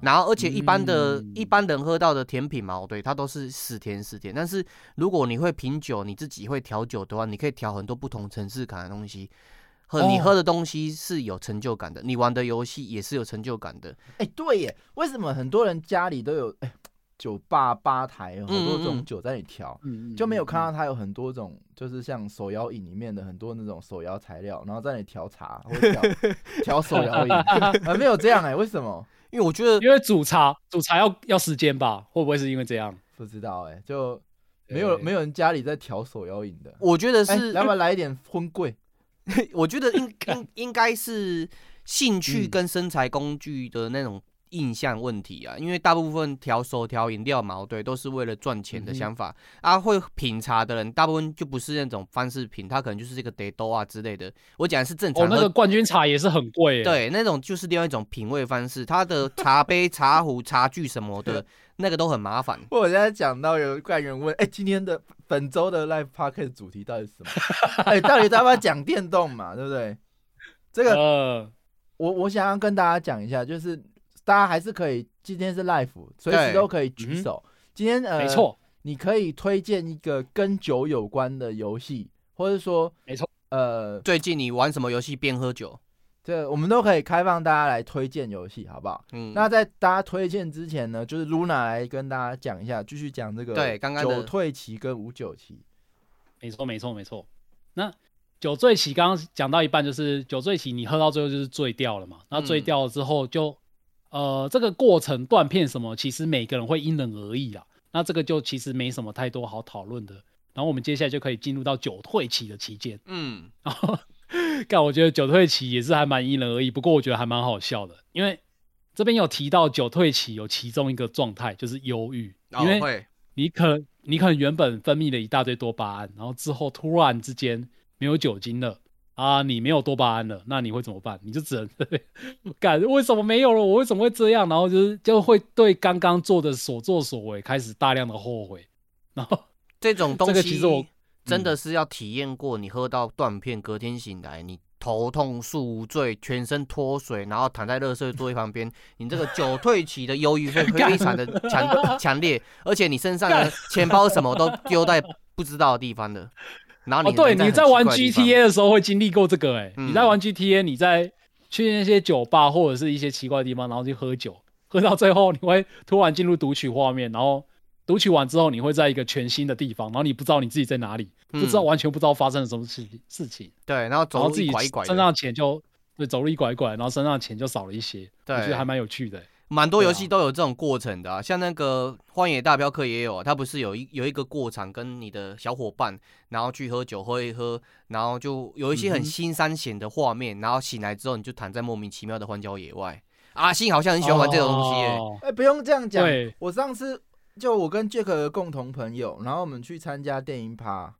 然后，而且一般的、
哦嗯
一般人喝到的甜品嘛，哦对，它都是死甜死甜。但是如果你会品酒，你自己会调酒的话，你可以调很多不同层次感的东西。喝你
哦
喝的东西是有成就感的，你玩的游戏也是有成就感的。
哎、对耶，为什么很多人家里都有哎、酒吧吧台，很多
嗯
这
嗯
种
嗯
酒在那里调？
嗯嗯
就没
嗯
有看到它有很多种，就是像手摇饮里面的很多那种手摇材料，然后在那里调茶或 (laughs) 者调调手 (laughs) 摇饮，啊没有这样哎、为什么？
因为我觉得
因为煮茶，煮茶要要时间吧？会不会是因为这样？
不知道哎、就没有没有人家里在调手摇饮的。
我觉得
哎
是
来吧，来一点荤贵，
(laughs) 嗯
我觉得应应应该是兴趣跟身材工具的那种印象问题啊，因为大部分调手调饮料嘛，对，都是为了赚钱的
嗯哼
想法、啊。会品茶的人，大部分就不是那种方式品，他可能就是这个得豆啊之类的。我讲的是正常
哦，
喝
那个冠军茶也是很贵耶，
对，那种就是另外一种品味方式，它的茶杯、茶壶、茶具什么
(laughs)
的，那个都很麻烦。
(laughs) 我现在讲到有怪人问，哎、今天的本周的 live podcast 主题到底是 (laughs) 什么？哎、到底要不要讲电动嘛？对不对？这个
呃，
我我想要跟大家讲一下，就是大家还是可以，今天是 live，随
对
时都可以举
嗯哼
手。今天呃，
没，错，
你可以推荐一个跟酒有关的游戏，或者说，
没错，
呃，
最近你玩什么游戏边喝酒？
这我们都可以开放大家来推荐游戏，好不好？
嗯，
那在大家推荐之前呢，就是 Luna 来跟大家讲一下，继续讲这个
对刚刚的
酒退期跟无酒期。
没错，没错，没错。那酒醉期刚刚讲到一半，就是酒醉期，你喝到最后就是醉掉了嘛。那醉掉了之后就，呃，这个过程断片什么，其实每个人会因人而异啦。那这个就其实没什么太多好讨论的。然后我们接下来就可以进入到酒退期的期间。 (laughs)
嗯，
然后，干，我觉得酒退期也是还蛮因人而异，不过我觉得还蛮好笑的，因为这边有提到酒退期有其中一个状态就是忧郁，因为
哦、会
你可你可能原本分泌了一大堆多巴胺，然后之后突然之间没有酒精了啊，你没有多巴胺了，那你会怎么办？你就只能 (laughs) 感为什么没有了？我为什么会这样？然后就是就会对刚刚做的所作所为开始大量的后悔，然后
这种东
这
西，
个其实我嗯
真的是要体验过，你喝到断片，隔天醒来，你头痛、宿无罪、全身脱水，然后躺在热水座位旁边，你这个酒退期的忧郁会非常的
(laughs)
强强烈，而且你身上的钱包什么都丢在不知道的地方的，然后
哦，
你
对，
人
你
很
在
奇
玩
怪的地方
GTA 的时候会经历过这个、欸，
嗯
你在玩 GTA，你在哎去那些酒吧或者是一些奇怪的地方，然后去喝酒，喝到最后你会突然进入读取画面，然后读取完之后，你会在一个全新的地方，然后你不知道你自己在哪里，
嗯
不知道完全不知道发生了什么事情事情，
对，然后
然
走
后
路
自
一
己
拐一拐的，
身上的钱就对走路一拐一拐，然后身上的钱就少了一些，我觉
对
得还蛮有趣的、欸
蛮多
对
游
啊
戏都有这种过程的、啊，像那个《荒野大镖客》也有、啊，它不是有一有一个过场，跟你的小伙伴，然后去喝酒喝一喝，然后就有一些
嗯
很
哼
新三险的画面，然后醒来之后你就躺在莫名其妙的荒郊野外。阿信好像很喜欢玩这种东西耶、
哦
哎、不用这样讲
对。
我上次就我跟 Jack 的共同朋友，然后我们去参加电影趴，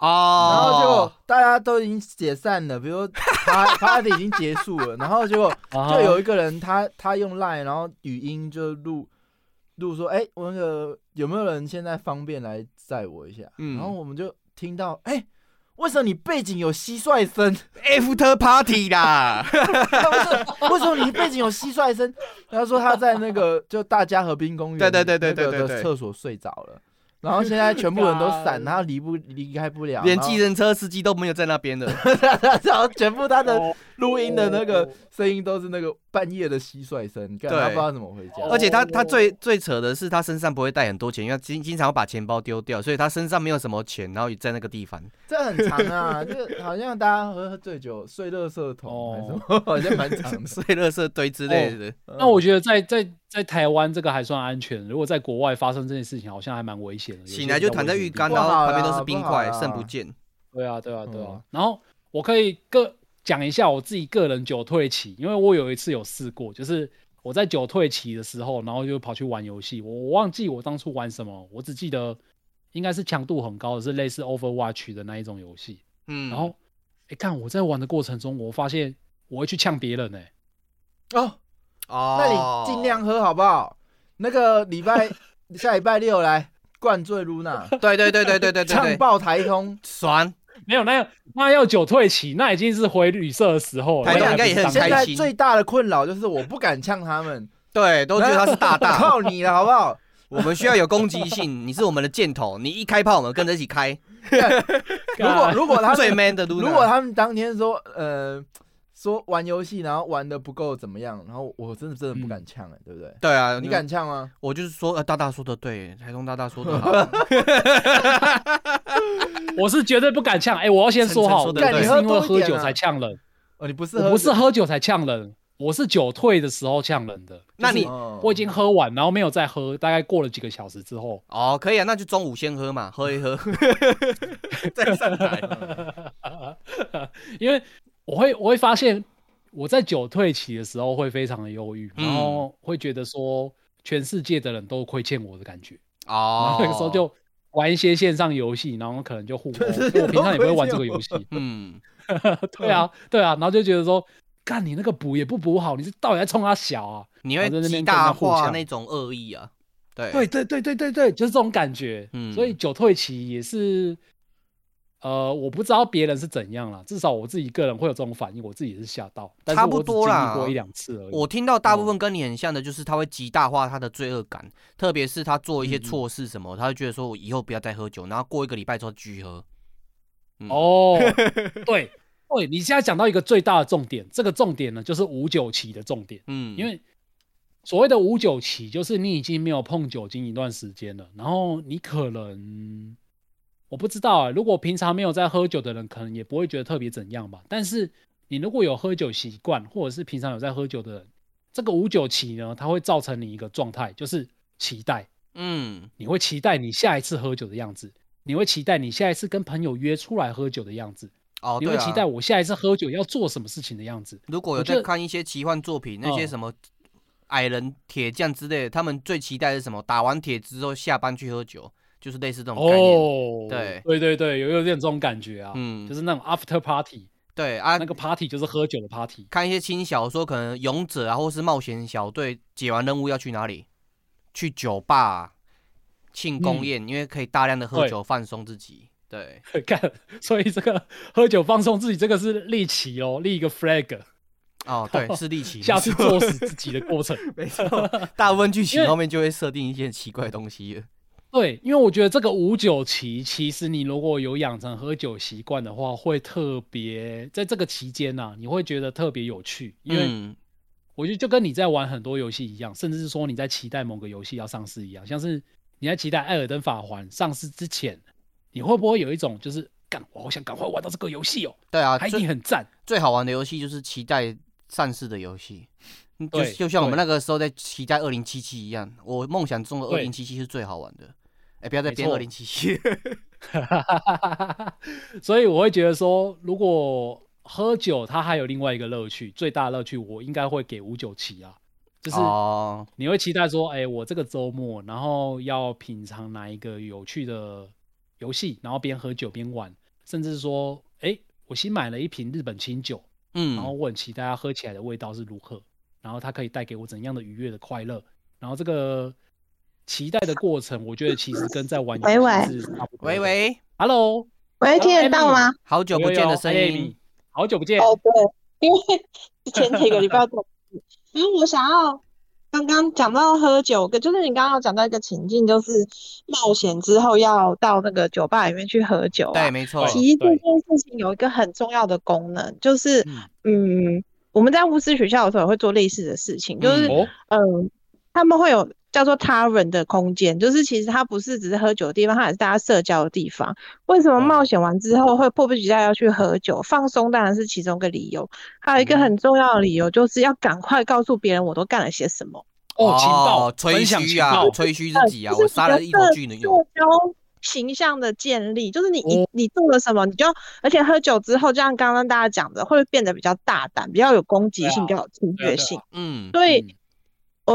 然后结果
哦，
大家都已经解散了，比如说趴 party 已经结束了，然后结果
啊
就有一个人他他用 Line，然后语音就录录说，哎、我那个有没有人现在方便来载我一下？
嗯
然后我们就听到，哎、为什么你背景有蟋蟀声？ (laughs)
After Party 啦，
为什么你背景有蟋蟀声？他说他在那个就大家河滨公园
对对对对
那个
对对对
的厕所睡着了，然后现在全部人都散，他离不离开不了，
连
然后
计程车司机都没有在那边的。
(laughs)
哦
然后全部他的录音的那个声音都是那个半夜的蟋蟀声，干
对
他不知道怎么回家。
而且他
哦
他最最扯的是，他身上不会带很多钱，因为他经经常会把钱包丢掉，所以他身上没有什么钱，然后也在那个地方。
这很长啊，这好像大家喝喝醉酒睡垃圾桶
哦
还是什么，好像蛮长
(laughs)
的。
碎垃圾堆之类的。
那我觉得在在在台湾这个还算安全，如果在国外发生这件事情，好像还蛮危险的。有些
醒来就躺在浴缸，
不
然
好
后
啦
旁边都是冰块，
不好啦
肾不见。
对啊，对啊，对啊。
嗯
然后我可以个讲一下我自己个人酒退期，因为我有一次有试过，就是我在酒退期的时候，然后就跑去玩游戏，我我忘记我当初玩什么，我只记得应该是强度很高的，是类似 Overwatch 的那一种游戏。
嗯，
然后，哎，看我在玩的过程中，我发现我会去呛别人呢、欸
哦，那
哦，
你尽量喝好不好？那个礼拜下礼拜六来灌醉露娜，
(laughs) 对对对对对对对
唱
对，
爆台通。
爽，
(laughs) 没有，那那要酒退期，那已经是回旅社的时候了。
台
那
东
还
应该
不
也
是
很
当
现
开
在
心
最大的困扰就是我不敢呛他们，
对，都觉得他是大大。
(laughs) 靠你了好不
(laughs)
好？
我们需要有攻击性，你是我们的箭头，你一开炮，我们跟着一起开。
如
啊
果如果 (laughs) 他
最
们
man 的 Luna，
如果他们当天说呃说玩游戏然后玩的不够怎么样，然后我真的真的不敢呛哎，对不对？
对啊，
你敢？呛吗？
我就是说，呃，大大说的对，台东大大说的
(laughs)
好。
(laughs) 我是绝对不敢呛。哎、我要先说好，
陈
我
陈说得
是
对
因为喝酒
干你喝多一点啊
才呛人，
哦，你不是
我
喝
不是喝酒才呛人，我是酒退的时候呛人的。
那
就是
你
哦
我已经喝完，然后没有再喝，大概过了几个小时之后，
哦，可以啊，那就中午先喝嘛，喝一
(laughs)
喝，再上台。
因为我会我会发现我在酒退起的时候会非常的忧郁，
嗯
然后会觉得说全世界的人都亏欠我的感觉，然
哦
后， (laughs) 那个时候就玩一些线上游戏，然后可能就
(laughs)
互殴，
全世
因
界
为我平常也不会
都亏
玩这
欠
个游
我
戏，
嗯，
(laughs) 对啊，对啊，然后就觉得说，干你那个补也不补好，你是到底在冲他小啊？
你
然
会
后在那
极
边
大
跟他互
化
呛
那种恶意啊，对
对对对对对对，就是这种感觉。
嗯
所以久退期也是，呃，我不知道别人是怎样啦，至少我自己个人会有这种反应，我自己也是吓到，但是
差不
我只
多
经
啦
历过一两次而已。
我听到大
嗯
部分跟你很像的，就是他会极大化他的罪恶感，特别是他做一些
嗯嗯
错事什么，他会觉得说我以后不要再喝酒，然后过一个礼拜之后继续喝。嗯， (laughs)
哦，对对，你现在讲到一个最大的重点，这个重点呢就是五九期的重点，
嗯，
因为。所谓的五九期，就是你已经没有碰酒精一段时间了，然后你可能我不知道啊、如果平常没有在喝酒的人，可能也不会觉得特别怎样吧。但是你如果有喝酒习惯，或者是平常有在喝酒的人，这个五九期呢，它会造成你一个状态，就是期待，
嗯
你会期待你下一次喝酒的样子，你会期待你下一次跟朋友约出来喝酒的样子，
哦，
你
对
会
啊
期待我下一次喝酒要做什么事情的样子。
如果
我
有
觉
在
得
看一些奇幻作品，那些
嗯
什么矮人、铁匠之类的，他们最期待的是什么？打完铁之后下班去喝酒，就是类似这种概念。
哦，
对
对对对，有有点这种感觉啊，
嗯
就是那种 after party，、
对啊
那，个 party 就是喝酒的 party。 (laughs)
看一些轻小说，可能勇者啊，或是冒险小队解完任务要去哪里？去酒吧啊、庆功
嗯
宴，因为可以大量的喝
对
酒放松自己。对，
干，所以这个喝酒放松自己，这个是立旗哦，立一个 flag， (laughs)
哦，对，是利奇，
下次作死自己的过程。
(laughs)
(laughs)
没错，大部分剧
因
情
为
后面就会设定一些奇怪的东西了。
对，因为我觉得这个五九期，其实你如果有养成喝酒习惯的话，会特别在这个期间呐、你会觉得特别有趣，因为
嗯
我觉得就跟你在玩很多游戏一样，甚至是说你在期待某个游戏要上市一样，像是你在期待《艾尔登法环》上市之前，你会不会有一种就是干，我好想赶快玩到这个游戏哦，
对啊，
它一
最
定很赞。 (laughs)
最好玩的游戏就是期待上市的游戏，嗯就
对
就像我们
对
那个时候在期待二零七七一样，我梦想中的二
对
零七七是最好玩的。哎、不要再
没
编二
错
零七七，
所以我会觉得说，如果喝酒，它还有另外一个乐趣，最大的乐趣我应该会给五九七啊，就是
哦，
你会期待说，哎、我这个周末，然后要品尝哪一个有趣的游戏，然后边喝酒边玩，甚至说，哎、我新买了一瓶日本清酒，然后
嗯，
我很期待它喝起来的味道是如何，然后它可以带给我怎样的愉悦的快乐，然后这个期待的过程，我觉得其实跟在玩
喂
游
喂
戏是差不多的。
喂喂，
，Hello。
喂，听得到吗？
好久不见的声
有有有
音，，
Amy，好久不见。
哦，对，因为之前几个礼拜都，因为我想要刚刚讲到喝酒，就是你刚刚有讲到一个情境，就是冒险之后要到那个酒吧里面去喝酒啊
对，。没错，
其实这
对
件事情有一个很重要的功能，就是嗯，我们在巫师学校的时候也会做类似的事情，就是
嗯
哦，
嗯，他们会有叫做 tavern 的空间，就是其实它不是只是喝酒的地方，它也是大家社交的地方。为什么
哦
冒险完之后会迫不及待要去喝酒？放松当然是其中一个理由，还有一个
嗯
很重要的理由就是要赶快告诉别人我都干了些什么。
哦，情报
吹
分享
嘘
情
啊
报，，
吹
(laughs)
嘘
呃
自己啊，
就是
我杀
你的
了一头
社
巨
社
牛，
交形象的建立，就是你你
嗯哦
你做了什么，你就而且喝酒之后，就像刚刚大家讲的，会变得比较大胆，比较有攻击
对啊
性，比较有侵
对啊
略
对啊
性。 (laughs)
嗯，
所以
嗯，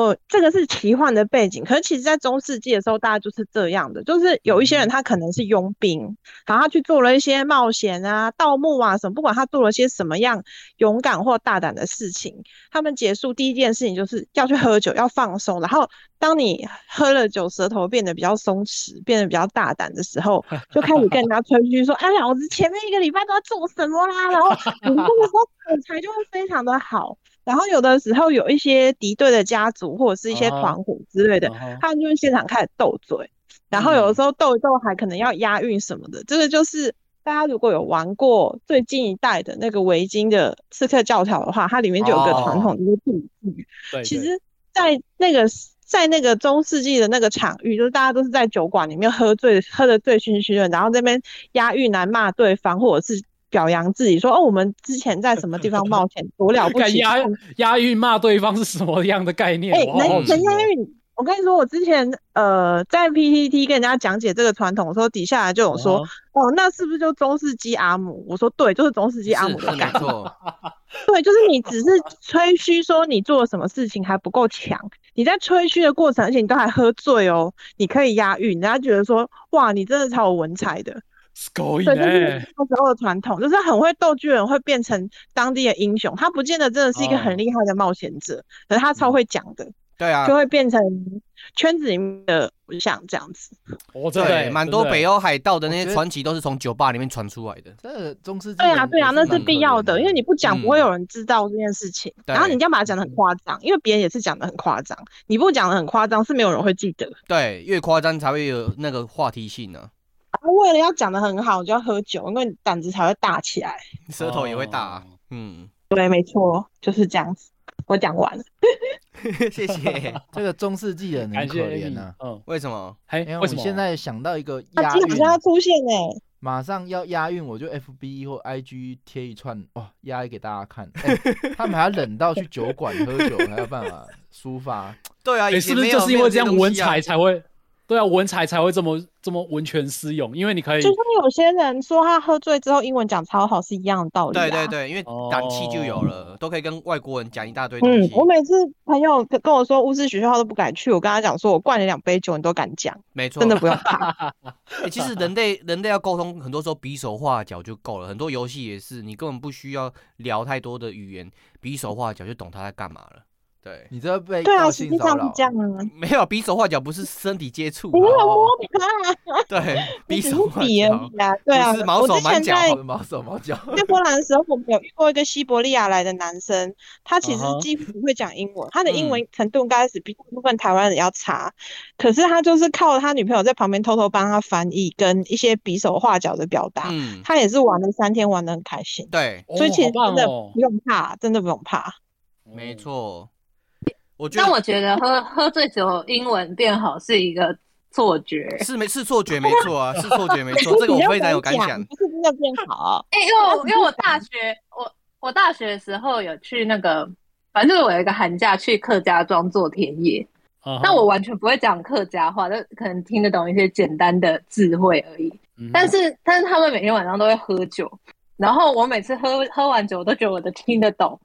呃，这个是奇幻的背景，可是其实，在中世纪的时候，大家就是这样的，就是有一些人他可能是佣兵，然后他去做了一些冒险啊、盗墓啊什么，不管他做了些什么样勇敢或大胆的事情，他们结束第一件事情就是要去喝酒，要放松。然后，当你喝了酒，舌头变得比较松弛，变得比较大胆的时候，就开始跟人家吹嘘说：“哎，老子前面一个礼拜都在做什么啦？”然后你这个时候口才就会非常的好。然后有的时候有一些敌对的家族或者是一些
啊哈嗯
团伙之类的，
然后
他们就会现场开始斗嘴，然后有的时候斗一斗还可能要押韵什么的。这个就是大家如果有玩过最近一代的那个维京的刺客教条的话，它里面就有一个传统就是赌局。
哦对，
其
对
实，在那个。在那个中世纪的那个场域，就是大家都是在酒馆里面喝醉，喝得醉醺醺的，然后这边押韵来骂对方，或者是表扬自己说：“哦，我们之前在什么地方冒险，多了不
干
起！”
押押韵骂对方是什么样的概念？
哎、
我好好
能
奇
能押
哦
韵，我跟你说，我之前呃在 PPT 跟人家讲解这个传统的时候，底下来就有说，哦，那是不是就中世纪阿姆？我说对，就是中世纪阿姆
是
的
是
概
没
念。
错，
对，就是你只是吹嘘说你做了什么事情还不够强，你在吹嘘的过程，而且你都还喝醉哦，你可以押韵，人家觉得说哇，你真的超有文采的。
s c o i
对，就是
呢？
那时候的传统，就是很会斗巨人会变成当地的英雄，他不见得真的是一个
哦
很厉害的冒险者，可是他超会讲的，
对啊
就，会变成圈子里面的偶像这样子。
哦，真的耶
对，蛮多北。欧海盗的那
我觉
些
得
传奇都是从酒吧里面传出来的。
这中世纪
对啊，
人
对啊，
也
那
是
是
蛮
必
可
要
怜
的，因为你不讲，不会
嗯
有人知道这件事情。然后
对
你这样把它讲
嗯
的很夸张，因为别人也是讲的很夸张，你不讲的很夸张，是没有人会记得。
对，越夸张才会有那个话题性啊呢、
然后为了要讲的很好，你就要喝酒，因为你胆子才会大起来。
舌头也会大、啊。
哦
嗯， (laughs)
对，没错，就是这样子。我讲完了。
谢谢。
这个中世纪人很
感
可
谢
怜
Amy
呐、啊。
嗯，
为什么？
嘿，
因为
为
我
什么？
现在想到一个
那
押
基本上要
韵，
出现欸呢、
马上要押韵，我就 FB 或 IG 贴一串，哇，押一给大家看。 (laughs) 哦他们还要冷到去酒馆喝酒，才有办法抒发。 (laughs)
对啊，
哎
以
是
前
不是
没有
就是因为这样文？
没有
采
些东西啊
才会？对啊，文采才会这么这么文权私用，因为你
哎
可以
就，像有些人说他喝醉之后英文讲超好是一样的道理、啊。
(laughs)
对对。对，因为
哦
胆气就有了，都可以跟外国人讲一大堆东
嗯
西，。
我每次朋友跟跟我说巫师学校都不敢去，我跟他讲说，我灌你两杯酒，你都敢讲，
没错，
真的不用
(laughs)
怕。
欸其实人类人类要沟通，很多时候比手画脚就够了。很多游戏也是，你根本不需要聊太多的语言，比手画脚就懂他在干嘛了。对， (laughs)
你这被
对啊，
告
实
性
际
骚
上是
扰
这，样啊。 (laughs)
没有比手画脚不是身体接触
你没有
啊，
哦
摸他、啊，
对，
你
比
只
手
是
画
比而
脚。
已啊。对啊，
不是毛
我
手
之
蛮
前
脚
在
好
好毛手毛脚。
在波兰的时候，我们有遇过一个西伯利亚来的男生，他
嗯
其实
啊哈
几乎不会讲英文，他的英文程度应该是比大部分台湾人要差，可是他就是靠他女朋友在旁边偷偷帮他翻译，跟一些比手画脚的表达，
嗯，
他也是玩了三天，玩得很开心，
对，
所以其实
哦好棒
真的
哦嗯
不用怕，真的不用怕。
没错。我觉
但
得
我觉得喝喝醉酒英文变好是一个错觉。
是没是错觉没错啊，是错觉没
(laughs)
错，这个我
你要
非常有感
敢
想
讲，。不啊是真的变好。
哎、因为我因为我大学我我大学的时候有去那个，反正我有一个寒假去客家庄做田野，
啊哈，
但我完全不会讲客家话，就可能听得懂一些简单的智慧而已。
嗯哼，
但是但是他们每天晚上都会喝酒，然后我每次喝喝完酒，我都觉得我都听得
(laughs)
懂，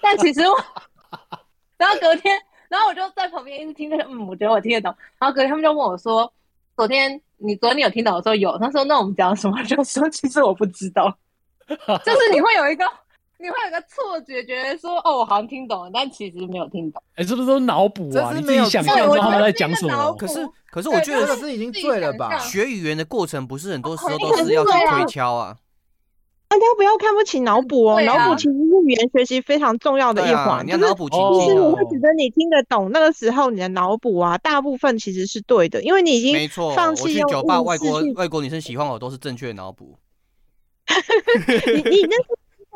但其实我，然后隔天，然后我就在旁边一直听着，嗯，我觉得我听得懂，然后隔天他们就问我说，昨天你昨天你有听懂？我说有，他说那我们讲什么？我就说其实我不知
(laughs)
道，就是你会有一个。你会有一个错觉，觉得说哦，我好像听懂了，但其实没有听懂。
哎，是不是都脑补
这
啊？
是
你自
没
己
有
想
这
象
个
中
我
他们
觉得
在
这
讲
个
什么
脑？
可是可是
对
我觉
就
这
得
个
是
是已经醉了吧？
自己
学语言的过程不是很多时候
哦
都是要去
对
啊
推敲啊，
大家不要看不起脑补哦，
对
脑
啊
补其实是语言学习非常重要的
对
一
啊，
环，
你
就
要
是
脑补情
哦
其
境
实
啊
我会觉得你听得懂，那个时候你的脑补啊，大部分其实是对的，因为你已经
没错，
放
我
弃
去
用
酒吧，
意
外
识
国
去
外国女生喜欢我都是正确的脑补，
你你那是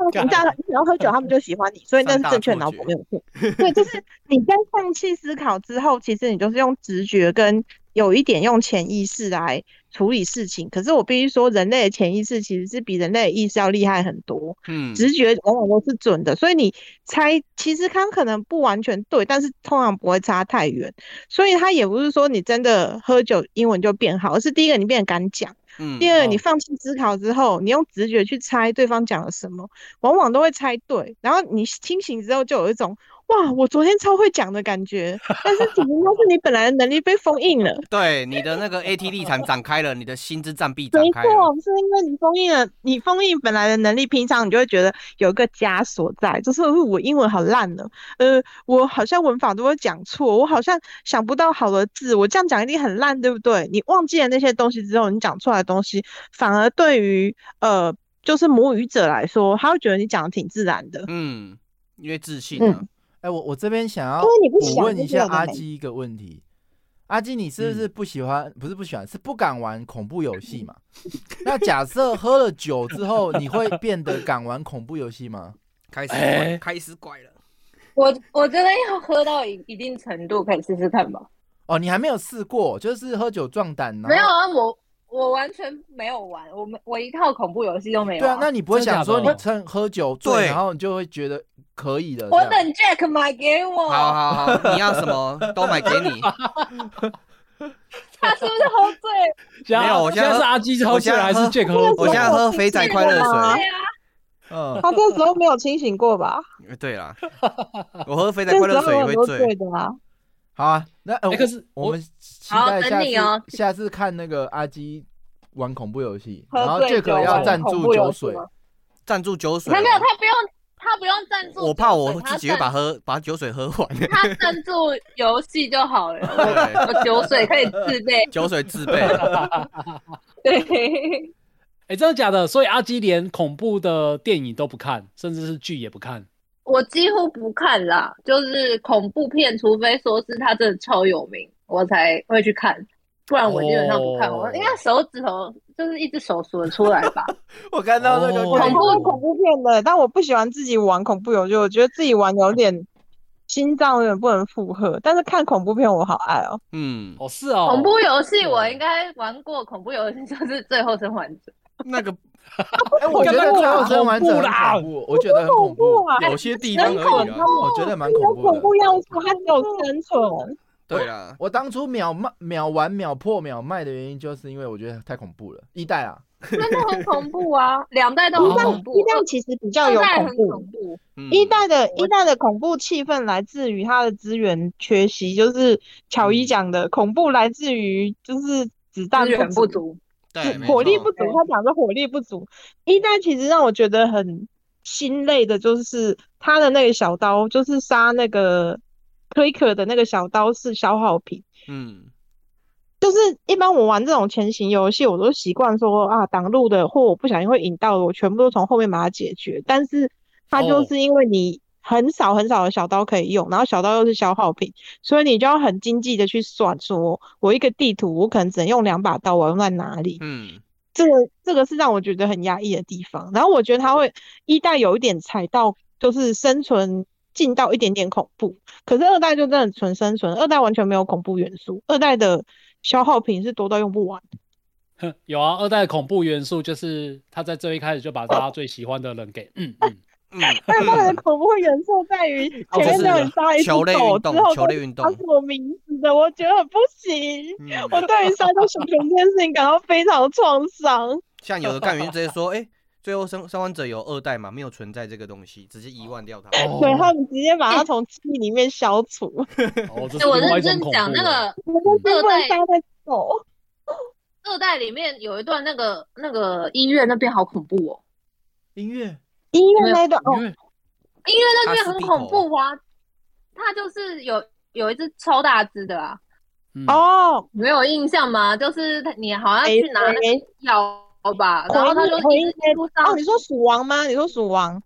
你知道，你只要喝酒，他们就喜欢你，所以那是正确的脑补没有错。对，就是你在放弃思考之后，其实你就是用直觉跟有一点用潜意识来处理事情。可是我必须说，人类的潜意识其实是比人类的意识要厉害很多，
嗯，
直觉往往都是准的，所以你猜，其实它可能不完全对，但是通常不会差太远。所以它也不是说你真的喝酒英文就变好，而是第一个你变得敢讲。
嗯
第二，你
哦
放弃思考之后，你用直觉去猜对方讲了什么，往往都会猜对。然后你清醒之后，就有一种哇，我昨天超会讲的感觉，但是只能都是你本来的能力被封印了。
对你的那个 AT 立场展开了，你的心之战臂展
没
开了，
错，是因为你封印了，你封印本来的能力，平常你就会觉得有一个枷锁在，就是呃我英文好烂了，呃，我好像文法都会讲错，我好像想不到好的字，我这样讲一定很烂，对不对？你忘记了那些东西之后，你讲出来的东西，反而对于呃，就是母语者来说，他会觉得你讲的挺自然的。
嗯，因为自信
嗯
啊，
哎、我我这边想要
因为你不
补
想
问
就
一
是有
下
的
阿
没
基一个问题，阿基，你是不是
嗯
不喜欢？不是不喜欢，是不敢玩恐怖游戏嘛？ (laughs) 那假设喝了酒之后，你会变得敢玩恐怖游戏吗？
开始
哎
拐开始拐了，
我我觉得要喝到一一定程度可以试试看吧。
哦，你还没有试过，就是喝酒壮胆，然后
没有啊，我我完全没有玩，我没我一套恐怖游戏都没有
对啊
玩。，
那你不会
真的哦假
想说你
的
趁喝酒
对
醉，然后你就会觉得可以的。
我
这样
等 Jack 买给我，
啊好好好，你要什么都买给
(laughs)
你。
他是不是喝醉？
现在
没有我现
现
在
在是阿基喝醉了还是
我
Jack
现
喝
我
醉
现在
了？
喝肥仔快乐
啊
水。
对啊，
嗯，
他这时候没有清醒过吧？
呃对啦，我喝肥
(laughs) 这
仔快乐
时候
水
有
也会
很多
醉。
醉的啊。
好啊，那呃
哎可是
我
我
们期
好
待
等
下
你
次
哦
下次看那个阿基玩恐怖游戏，然后
喝醉
Jack
酒
要
玩
赞
恐
助
怖
酒
游戏
水，啊
吗
赞助酒水哦
他，没有，他不用，他不用赞助。
我怕我自己会把喝把酒水喝完。
他赞助游戏就
(laughs)
好了。
对
我我酒水可以自备， (laughs)
酒水自
(laughs)
备，
对，
哎，真的假的？所以阿基连恐怖的电影都不看，甚至是剧也不看。
我几乎不看啦，就是恐怖片，除非说是他真的超有名，我才会去看，不然我基本上不看。
哦
我应该手指头就是一只手数得出来
(laughs)
吧。
我看到那个
哦
概
恐
念
怖恐怖片的，但我不喜欢自己玩恐怖游戏，我觉得自己玩有点心脏有点不能负荷。但是看恐怖片我好爱哦，
嗯，
哦，是哦，
恐怖游戏我
对
应该玩过，恐怖游戏就是《最后生还
(laughs)
者
那个
哎，我觉得
恐怖
最
啦
后生还者
恐怖啦
很恐怖，我觉得很恐怖，
啊，
有些地方而已
很
啦
恐。
我觉得蛮
有
恐怖
恐
的。
怖要素，它只有生存。
对啦，
我当初秒卖秒玩秒破秒卖的原因，就是因为我觉得太恐怖了。一代啊，》，
真的很恐怖啊，两代都
一
很
代
恐怖
一，代其实比较
二
有
代
恐
很
怖
恐，怖。
嗯
一代的一代的恐怖气氛来自于它的资源缺席，就是乔
嗯
伊讲的恐怖来自于就是子弹
资源
足
不足，
对没
火力
错
不足，他讲的火力不足。一代其实让我觉得很心累的，就是他的那个小刀，就是杀那个 Clicker 的那个小刀是消耗品。
嗯，
就是一般我玩这种前行游戏，我都习惯说啊挡路的或我不小心会引到的，我全部都从后面把它解决。但是它就
哦
是因为你很少很少的小刀可以用，然后小刀又是消耗品，所以你就要很经济的去算说我一个地图我可能只能用两把刀，我要用在哪里？
嗯，
这个这个是让我觉得很压抑的地方。然后我觉得他会一代有一点踩到，就是生存进到一点点恐怖，可是二代就真的纯生存，二代完全没有恐怖元素，二代的消耗品是多到用不完。
哼 (laughs) 有啊，二代的恐怖元素就是他在最一开始就把大家最喜欢的人
哦
给，嗯嗯，
(laughs)
嗯
二代的恐怖元素在于
(laughs) 哦
前面让你杀一只
球类
狗
运
之
动
后，
球类运动
它是我名字的，我觉得很不行。
嗯
我对于杀掉熊熊这件事情感到非常创伤。
像有的干员直接说，哎，最后生生还者有二代嘛，没有存在这个东西，直接遗忘掉它。
哦
对他们直接把它从记忆里面消除，
哦，这
哎
是
我
另外
认
一种
真
恐怖
讲那
了。
个
我都是会杀 (laughs) 在狗。
二代里面有一段那个那个医院那边好恐怖哦，
音乐
医
没
院
有
那一段哦，
因为
医院那边很恐怖啊，他就是有有一只超大只的啊，
嗯
哦，
没有印象吗？就是你好像啊去拿那个药吧，然后他就
哎回
一
应
直
回应
路
哦，
上
你说鼠王吗？你说鼠王？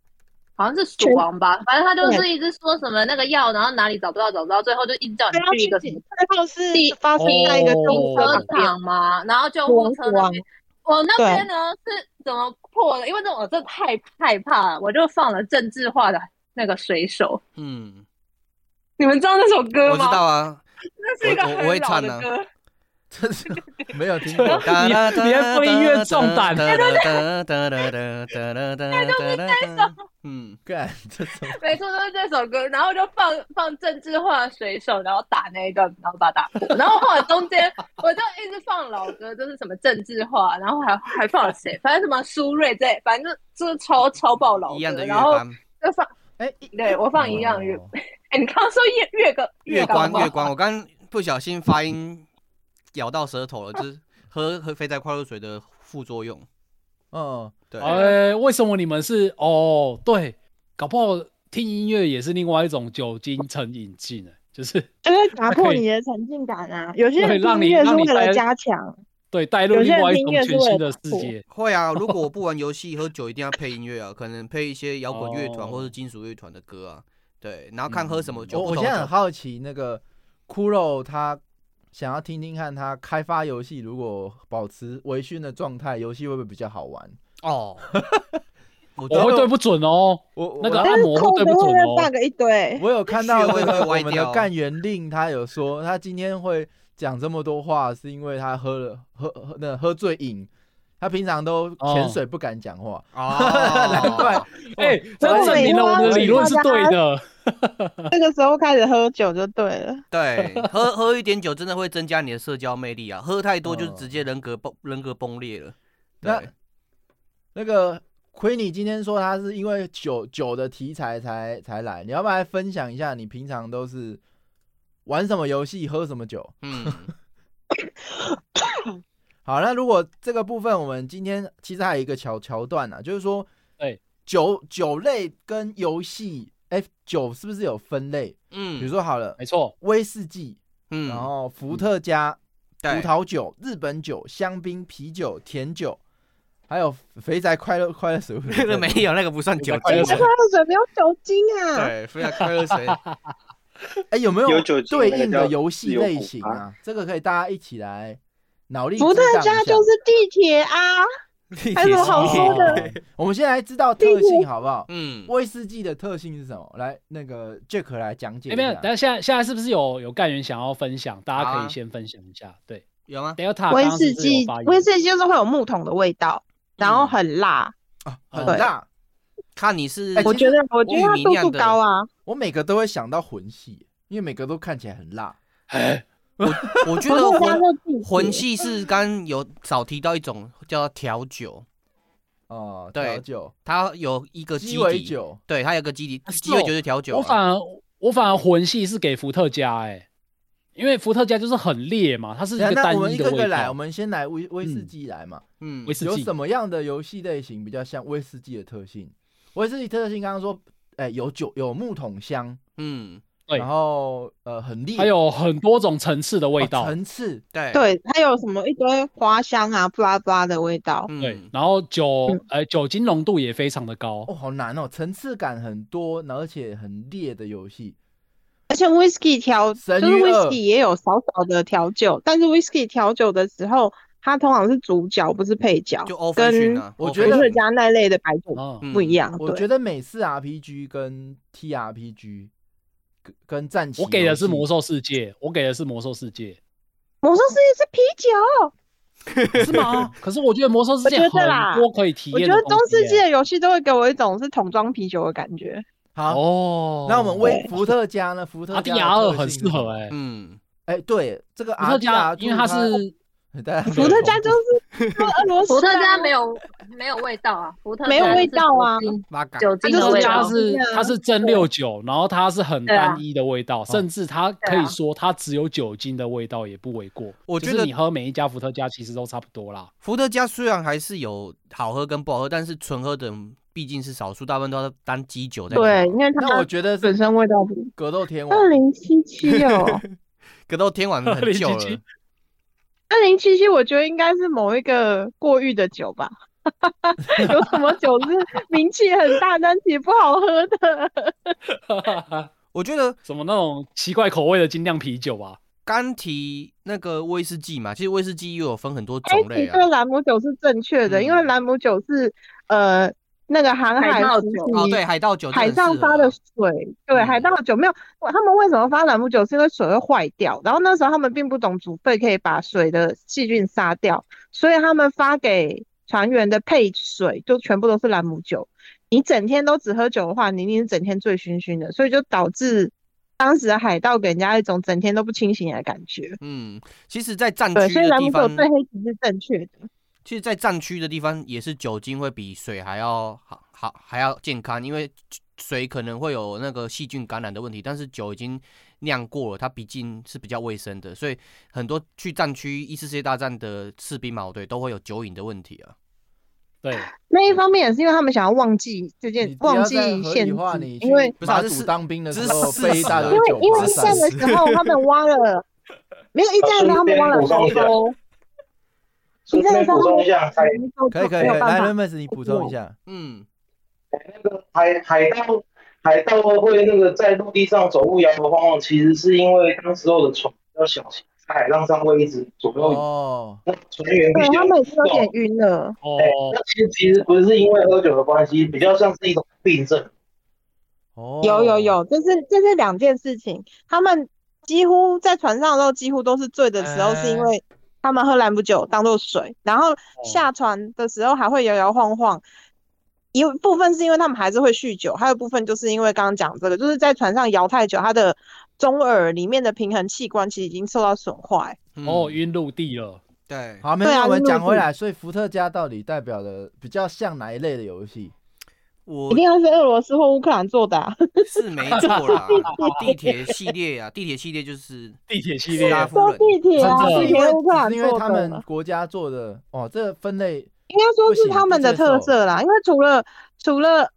好像是鼠王吧，反正他就是一直说什么那个药，然后哪里找不到找不到，最后就一直叫你
对，要
去一
去
个什
警
么
最后是
地哦
发生在一个救
哦
护车
车
旁边。
场嘛，然后救护车那边。我那边呢是怎么破的？因为那种我真的太害怕了，我就放了郑智化的那个水手。
嗯，
你们知道那首歌
我知
吗？
道啊，
那是一个
我我我
很
会
老
唱啊
的歌。
(laughs) 真是没有听过。
哒哒
你还播音乐中
哒
弹
哒哒哒哒哒哒哒哒哒。嗯，
干，这种
没错，就是这首歌，然后就放放郑智化的水手，然后打那一段，然后把它打破。然后后来中间我就一直放老歌，就是什么郑智化，然后还还放了谁，反正什么苏芮这，反正就是超超爆老
一
歌
样的。乐
然后
观，
就放，
哎，一
对我放一样的乐。
哦
(laughs) 哎、你刚刚说月月个
月光
光吗
月
(laughs)
光，我刚不小心发音咬到舌头了，就是喝喝肥宅快乐水的副作用。
嗯，
对，
哎，为什么你们是哦？对，搞不好听音乐也是另外一种酒精成瘾剂呢，就是
就是打破
可以
你的沉浸感啊！有些
对
人
让
听
你
音乐是
让你啊
为
带
了加强，
对带入
有些
另
人
外一
听
种
音乐是
全
为
新
了
的世
打破
界。
会啊，如
(laughs)
果我不玩游戏喝酒，一定要配音乐啊，可能配一些摇滚乐团
哦
或是金属乐团的歌啊。对，然后看喝什么酒
我
不
我
同
现在很
的酒。
好奇，那个骷髅他想要听听看，他开发游戏如果保持微醺的状态，游戏会不会比较好玩？
哦， (laughs) 我觉
我会
得
对不准哦，
我我
那个
我
但
按
是
摩
空
会对
的
不
会
准
被
哦。 (laughs)
bug 一
(laughs)
堆。
我有看到
穴
那
位
个
会
我
歪
们
掉
的干员令，他有说他今天会讲这么多话，是因为他喝了喝喝那喝醉饮，他平常都潜水不敢讲话，难怪
哦，
哎，这证明了我们的理论是对的。
这个时候开始喝酒就对
(laughs)
了。
对，喝喝一点酒真的会增加你的社交魅力啊，喝太多就是
嗯
直接人格崩人格崩裂了。
那
对，
那个奎尼今天说他是因为酒酒的题材才才来，你要不要来分享一下你平常都是玩什么游戏、喝什么酒？
嗯，
(laughs) 好，那如果这个部分，我们今天其实还有一个桥桥段啊，就是说，
对
酒酒类跟游戏，哎、酒是不是有分类？
嗯，
比如说好了，
没错，
威士忌，
嗯，
然后伏特加、
对
葡萄酒、日本酒、香槟、啤酒、甜酒，还有肥宅快乐快乐水果
那个 (laughs) 没有，那个不算酒
快乐
精啊
水
快。乐水没有酒精啊！
对，非常快乐
(laughs)
水。
哎、有没
有酒精
对
那个
应
叫
的游戏
自由
类
古
型
巴
啊？这个可以大家一起来脑力激
伏特
荡一
加
下
就是地铁啊，
地
还有什么好说的？
哦我们先来知道特性好不好？
嗯，
威士忌的特性是什么？来，那个 Jack 来讲解
哎，
一
没有，
下
等。下现在现在是不是有有干员想要分享？大家可
啊
以先分享一下。对
有吗？
，Delta
威
刚刚是
士
不是有
忌
发，言
威士忌就是会有木桶的味道，然后
嗯
很辣。
啊很
对
辣。
看你是
哎
我
其
觉
实
得，我觉
玉
得它
米
度
酿
数
的
高啊。
我每个都会想到魂系，因为每个都看起来很辣。
我觉
伏
得
特加
魂
就地铁
魂系是刚刚有少提到一种叫调酒，
哦、
对
调酒、
它有一个基
鸡尾
底，
酒，啊
对，它有个基底，
是
鸡尾
哦
酒是调酒
我
啊。
反而我反而魂系是给伏特加哎、因为伏特加就是很烈嘛，它是一
等
个
一下那
单
我们
一
一
的
个
味
个来，我
道。
们先来威威士
嗯
忌来嘛。
嗯
威，士
有
忌
什么样的游戏类型比较像威士忌的特性？威士忌特性刚刚说，哎、有酒有木桶香，
嗯，
对
然后呃很烈，
还有很多种层次的味
哦
道，
层次，
对，
对，它有什么一堆花香啊，布拉布拉的味道。
对
嗯，，
然后酒
嗯
呃酒精浓度也非常的高。
哦好难哦，层次感很多，而且很烈的游戏。
而且 whisky 调就
神
是
与恶
whisky 也有少少的调酒，但是 whisky 调酒的时候，它通常是主角不是配角，
就欧芬
跟
逊
伏
啊，
我
欧
觉
芬
得
特
逊
加那类的白酒
哦
嗯，
嗯
不一样。
我
对
觉得美式 RPG 跟 TRPG 跟跟战棋，
我给的是魔，兽世界，我给的是魔兽世
(laughs)
界，
魔兽世界是啤酒，
是吗？哦可是我觉得魔兽世界
我觉
很
得啦
多可以体
我
验
觉
的
得
东
中
西
世纪
耶
的游戏都会给我一种是桶装啤酒的感觉。
好，
哦。
那我们
为
威伏特加呢？伏特
阿
加
迪
的
亚
特
二
性
很
是
适
什
合
么
哎、
嗯，
哎，对这个
伏特
RDR
加，因为它是
大家
伏特加就是俄罗斯啊
伏特加没有没有味道啊，伏特加
没有味道啊
是酒精
八嘎，
酒
它就
精的
是
伏特
味
酒
加
道
精。
是
啊
它是蒸馏酒，然后它是很
对啊啊
单一的味道，甚至它可以说它只有酒精的味道也不为过。
我
就
觉
是
得
你喝每一家伏特加其实都差不多啦。 (laughs)
伏特加虽然还是有好喝跟不好喝，但是纯喝的人毕竟是少数，大部分都是当基酒在喝。
对，因为
那我
它
觉得
本
是
身味道不一样。
格斗天王
二零七七哦，
格斗天王很久了
2077，
二零七七，我觉得应该是某一个过誉的酒吧。 (laughs) 有什么酒是名气很大，但其实不好喝的？
我觉得
什么那种奇怪口味的精酿啤酒啊，
刚提那个威士忌嘛，其实威士忌又有分很多
哎，
种
其
类
实这
啊
个。兰姆酒是正确的，
嗯
因为兰姆酒是呃那个航
海
海
盗
时
酒
期
哦，对，海盗酒
海上发
发
的水，对，
嗯
海盗酒没有，他们为什么发兰姆酒？是因为水会坏掉，然后那时候他们并不懂煮沸可以把水的细菌杀掉，所以他们发给船员的配水就全部都是兰姆酒。你整天都只喝酒的话，你一定是整天醉醺醺的，所以就导致当时的海盗给人家一种整天都不清醒的感觉。
嗯，其实，在战
对，
区
所以
的
兰姆
地
酒
方，
对黑子是正确的。
其实，在战区的地方也是酒精会比水还要好好还要健康，因为水可能会有那个细菌感染的问题，但是酒已经酿过了，它毕竟是比较卫生的，所以很多去战区一次世界大战的士兵嘛，对，都会有酒瘾的问题啊。
对，
那一方面也是因为他们想要忘记这件
你，不要
忘
再
记
合理
限制
化你，去
因为
不是啊
马
这
祖
是
当兵的
这
时
是
候
事
被一
实
大
啊
堆
因为
呃酒
因为
吧
一
是
战
散
的
是
时候，他们挖了，没有一战的时候他们挖了
我
很
先
多，
顺
一战的
便
时候
补
他
充
们
一下，海
可以可以，
没有
可以来
办法。
，Lemons 你补充一下。
嗯，
那个海海盗海盗会那个在陆地上走路摇摇晃晃，其实是因为当时候的船比较小型，在海浪上会一直左右移动，
哦，
那船员必
对
须
他
要
们已经有点晕了，
哦，
哎，那其实其实不是因为喝酒的关系，比较像是一种
(laughs)
病症。
哦，
有有有，这是这是两件事情。他们几乎在船上的时候，几乎都是醉的时候，
哎
是因为他们喝兰姆酒当做水，然后下船的时候还会摇摇晃晃。有一部分是因为他们还是会酗酒，还有一部分就是因为刚刚讲这个，就是在船上摇太久，他的中耳里面的平衡器官其实已经受到损坏。
哦，晕陆地了。
嗯对，
好，没
对
有，
啊
我们
陆
讲回
地
来，所以伏特加到底代表的比较像哪一类的游戏？
我
一定要是俄罗斯或乌克兰做的、啊，
是
(laughs)
没错啦，地铁系列啊，地铁系列就是
地铁系
斯
列
拉夫
都
(laughs)
人，
地铁
真
啊，
的
地
是因
铁
为
乌克兰
是因为
做
他
的
们。国家做的哦，这个分类
应该说
不
是
行
他
不
们的
接
特
受
色啦，因为除了除了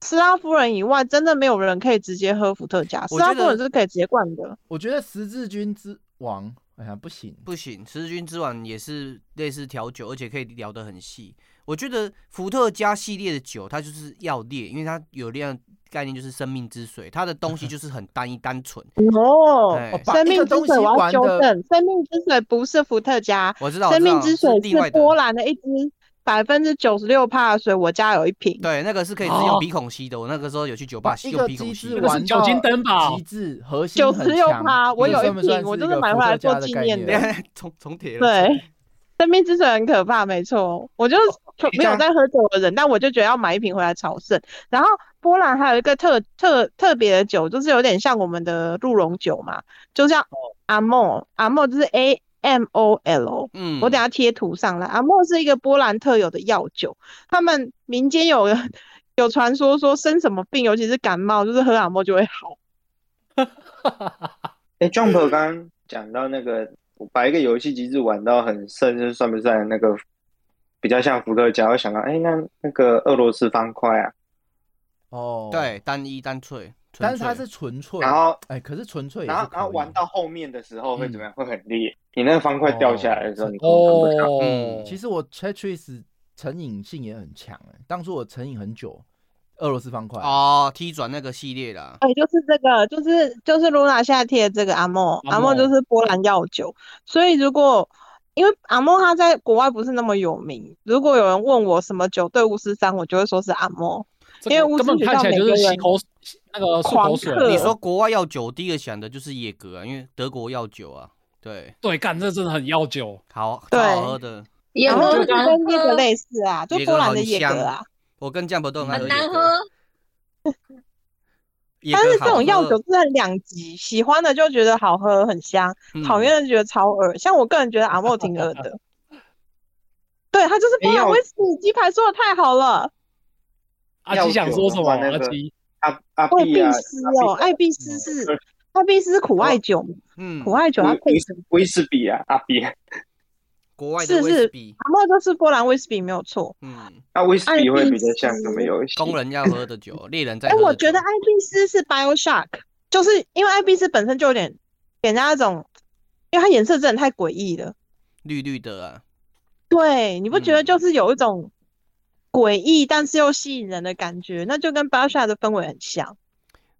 斯拉夫人以外，真的没有人可以直接喝伏特加。斯
我觉
拉夫人
得
是可以直接灌的，
我觉得十字军之王，哎呀不行，
不行，十字军之王也是类似调酒，而且可以聊得很细。我觉得伏特加系列的酒，它就是要烈，因为它有量概念就是生命之水，它的东西就是很单一单纯。
哦，
哎
哦把
生
一个
命之
东西
水我要
玩
纠
的
正，生命之水不是伏特加，
我知道，我
生
知
命
道
之
是
水
另外
是
的。
波兰的一支百分之九十六帕的水，我家有一瓶。
对，那个是可以
哦
只有鼻孔吸的。我那个时候有去酒吧
哦
把
吸
一
用
个
鼻
机
孔吸
制
的。
那是
玩
酒精灯吧
到极致，核心很
96%
强
我有
这
一
算不算
瓶我
是
就
一
是
个
买
伏
回来
特加
做
的
纪
概
念
念
的
(laughs) 重重铁了。
对，生命之水很可怕，没错。我就是从
你
没有
看
在喝酒的人，但我就觉得要买一瓶回来朝圣。然后波兰还有一个特特特别的酒，就是有点像我们的鹿茸酒嘛，就像阿莫阿莫就是 A M O L。
嗯，
我等下贴图上来。阿莫是一个波兰特有的药酒，他们民间有有传说说生什么病，尤其是感冒，就是喝阿莫就会好。
哎，Jump 刚刚讲到那个，我把一个游戏机制玩到很深，这算不算那个比较像伏特加？我想到，哎，那那个俄罗斯方块啊，
哦，
(laughs) 对，单一单粹，
但是
纯
它
粹
是纯粹，
然后
哎，可是纯粹也
然
是
后然后
可以
玩到后面的时候会
嗯
怎么样？会很烈，你那个方块掉下来的时候，你根本看不到。
哦
嗯，
其实我 Tetris 成瘾性也很强哎，当初我成瘾很久，俄罗斯方块，
哦踢转那个系列啦。
哎，就是这个，就是就是露娜现在贴的这个阿莫，
阿
阿莫就
莫
是波兰药酒，所以如果因为阿莫他在国外不是那么有名，如果有人问我什么酒对巫师三，我就会说是阿莫。
这
因为
个
乌
根本
斯学
看
校
起来
每
就是
个
吸
人
口那个漱
狂
口水。啊
嗑
你说国外药酒，第一个想的就是野格啊，因为德国药酒啊，对，
(laughs) 对，干这真的很要酒。
好
对
超好喝的。
也
然
啊不
后啊就是
喜欢
跟那个
喝，
类似啊，就
野
波
格
兰
很
的野
香
格啊，
我跟酱伯都很爱喝
很难
野
喝
格，。野
但
格
是这
好
种药
喝
酒真的很两极，喜欢的就觉得好喝很香，
嗯
讨厌，的就觉得超恶。像我个人觉得阿莫挺
(laughs)
恶的，对，他就是
没
波
哎
兰
有
威士忌鸡排做的太好了。
阿基想啊说什
要酒的
么？
话
阿
那个
基，
阿阿
艾
碧
必
啊，
斯哦，
阿碧
艾必斯是艾必斯是苦艾酒嘛，
嗯，
苦艾酒它配什么？
威士比啊，阿碧，
国外
是
的威
是
士忌，
阿莫就是波兰威士忌没有错。
嗯，
那威士
哎
比会比较像
艾比斯
什么游戏？
工人要喝的
(laughs)
酒，猎人在
哎，
喝的酒。
我觉得艾必斯是 BioShock，就是因为艾必斯本身就有点给人家一种，因为它颜色真的太诡异了。
绿绿的啊，
对，你不觉得
嗯
就是有一种诡异但是又吸引人的感觉？那就跟 BioShock 的氛围很像。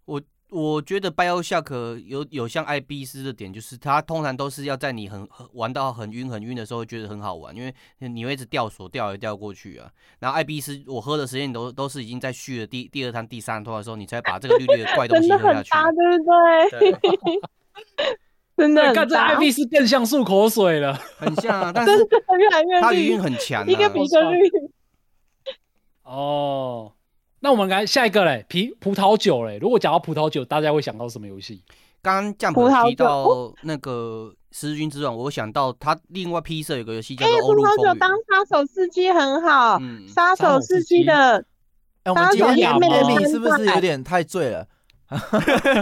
我我觉得 BioShock 有有像艾比斯的点，就是它通常都是要在你很很玩到很晕很晕的时候，会觉得很好玩，因为你会一直掉锁掉来掉过去啊。然后艾比斯，我喝的时间都都是已经在续了第第二摊、第三摊的时候，你才把这个绿绿的怪东
(laughs) 真
西
的
喝
很
下去。
搭，对不对？
对， (laughs)
真的
对，
很
干这艾
搭，
比斯更像漱口水了。
很像啊，但是
越来越
它余
绿，
韵很强、啊，
一个比一个
我
绿。
哦，那我们来下一个嘞，啤葡萄酒嘞。如果讲到葡萄酒，大家会想到什么游戏？
刚刚酱
葡
婆
萄
提
酒
到那个《十字军之王》，我想到他另外披社有个游戏叫
哎，
做《欧
葡
陆
萄
风
酒
云
当》。杀手司机很好，
嗯，
杀
杀手
手
司
司
机
(laughs)
机的
哎，我们
大
今
家
天
有
讲
妹妹
Amy
三
是不是有
块
点太醉了？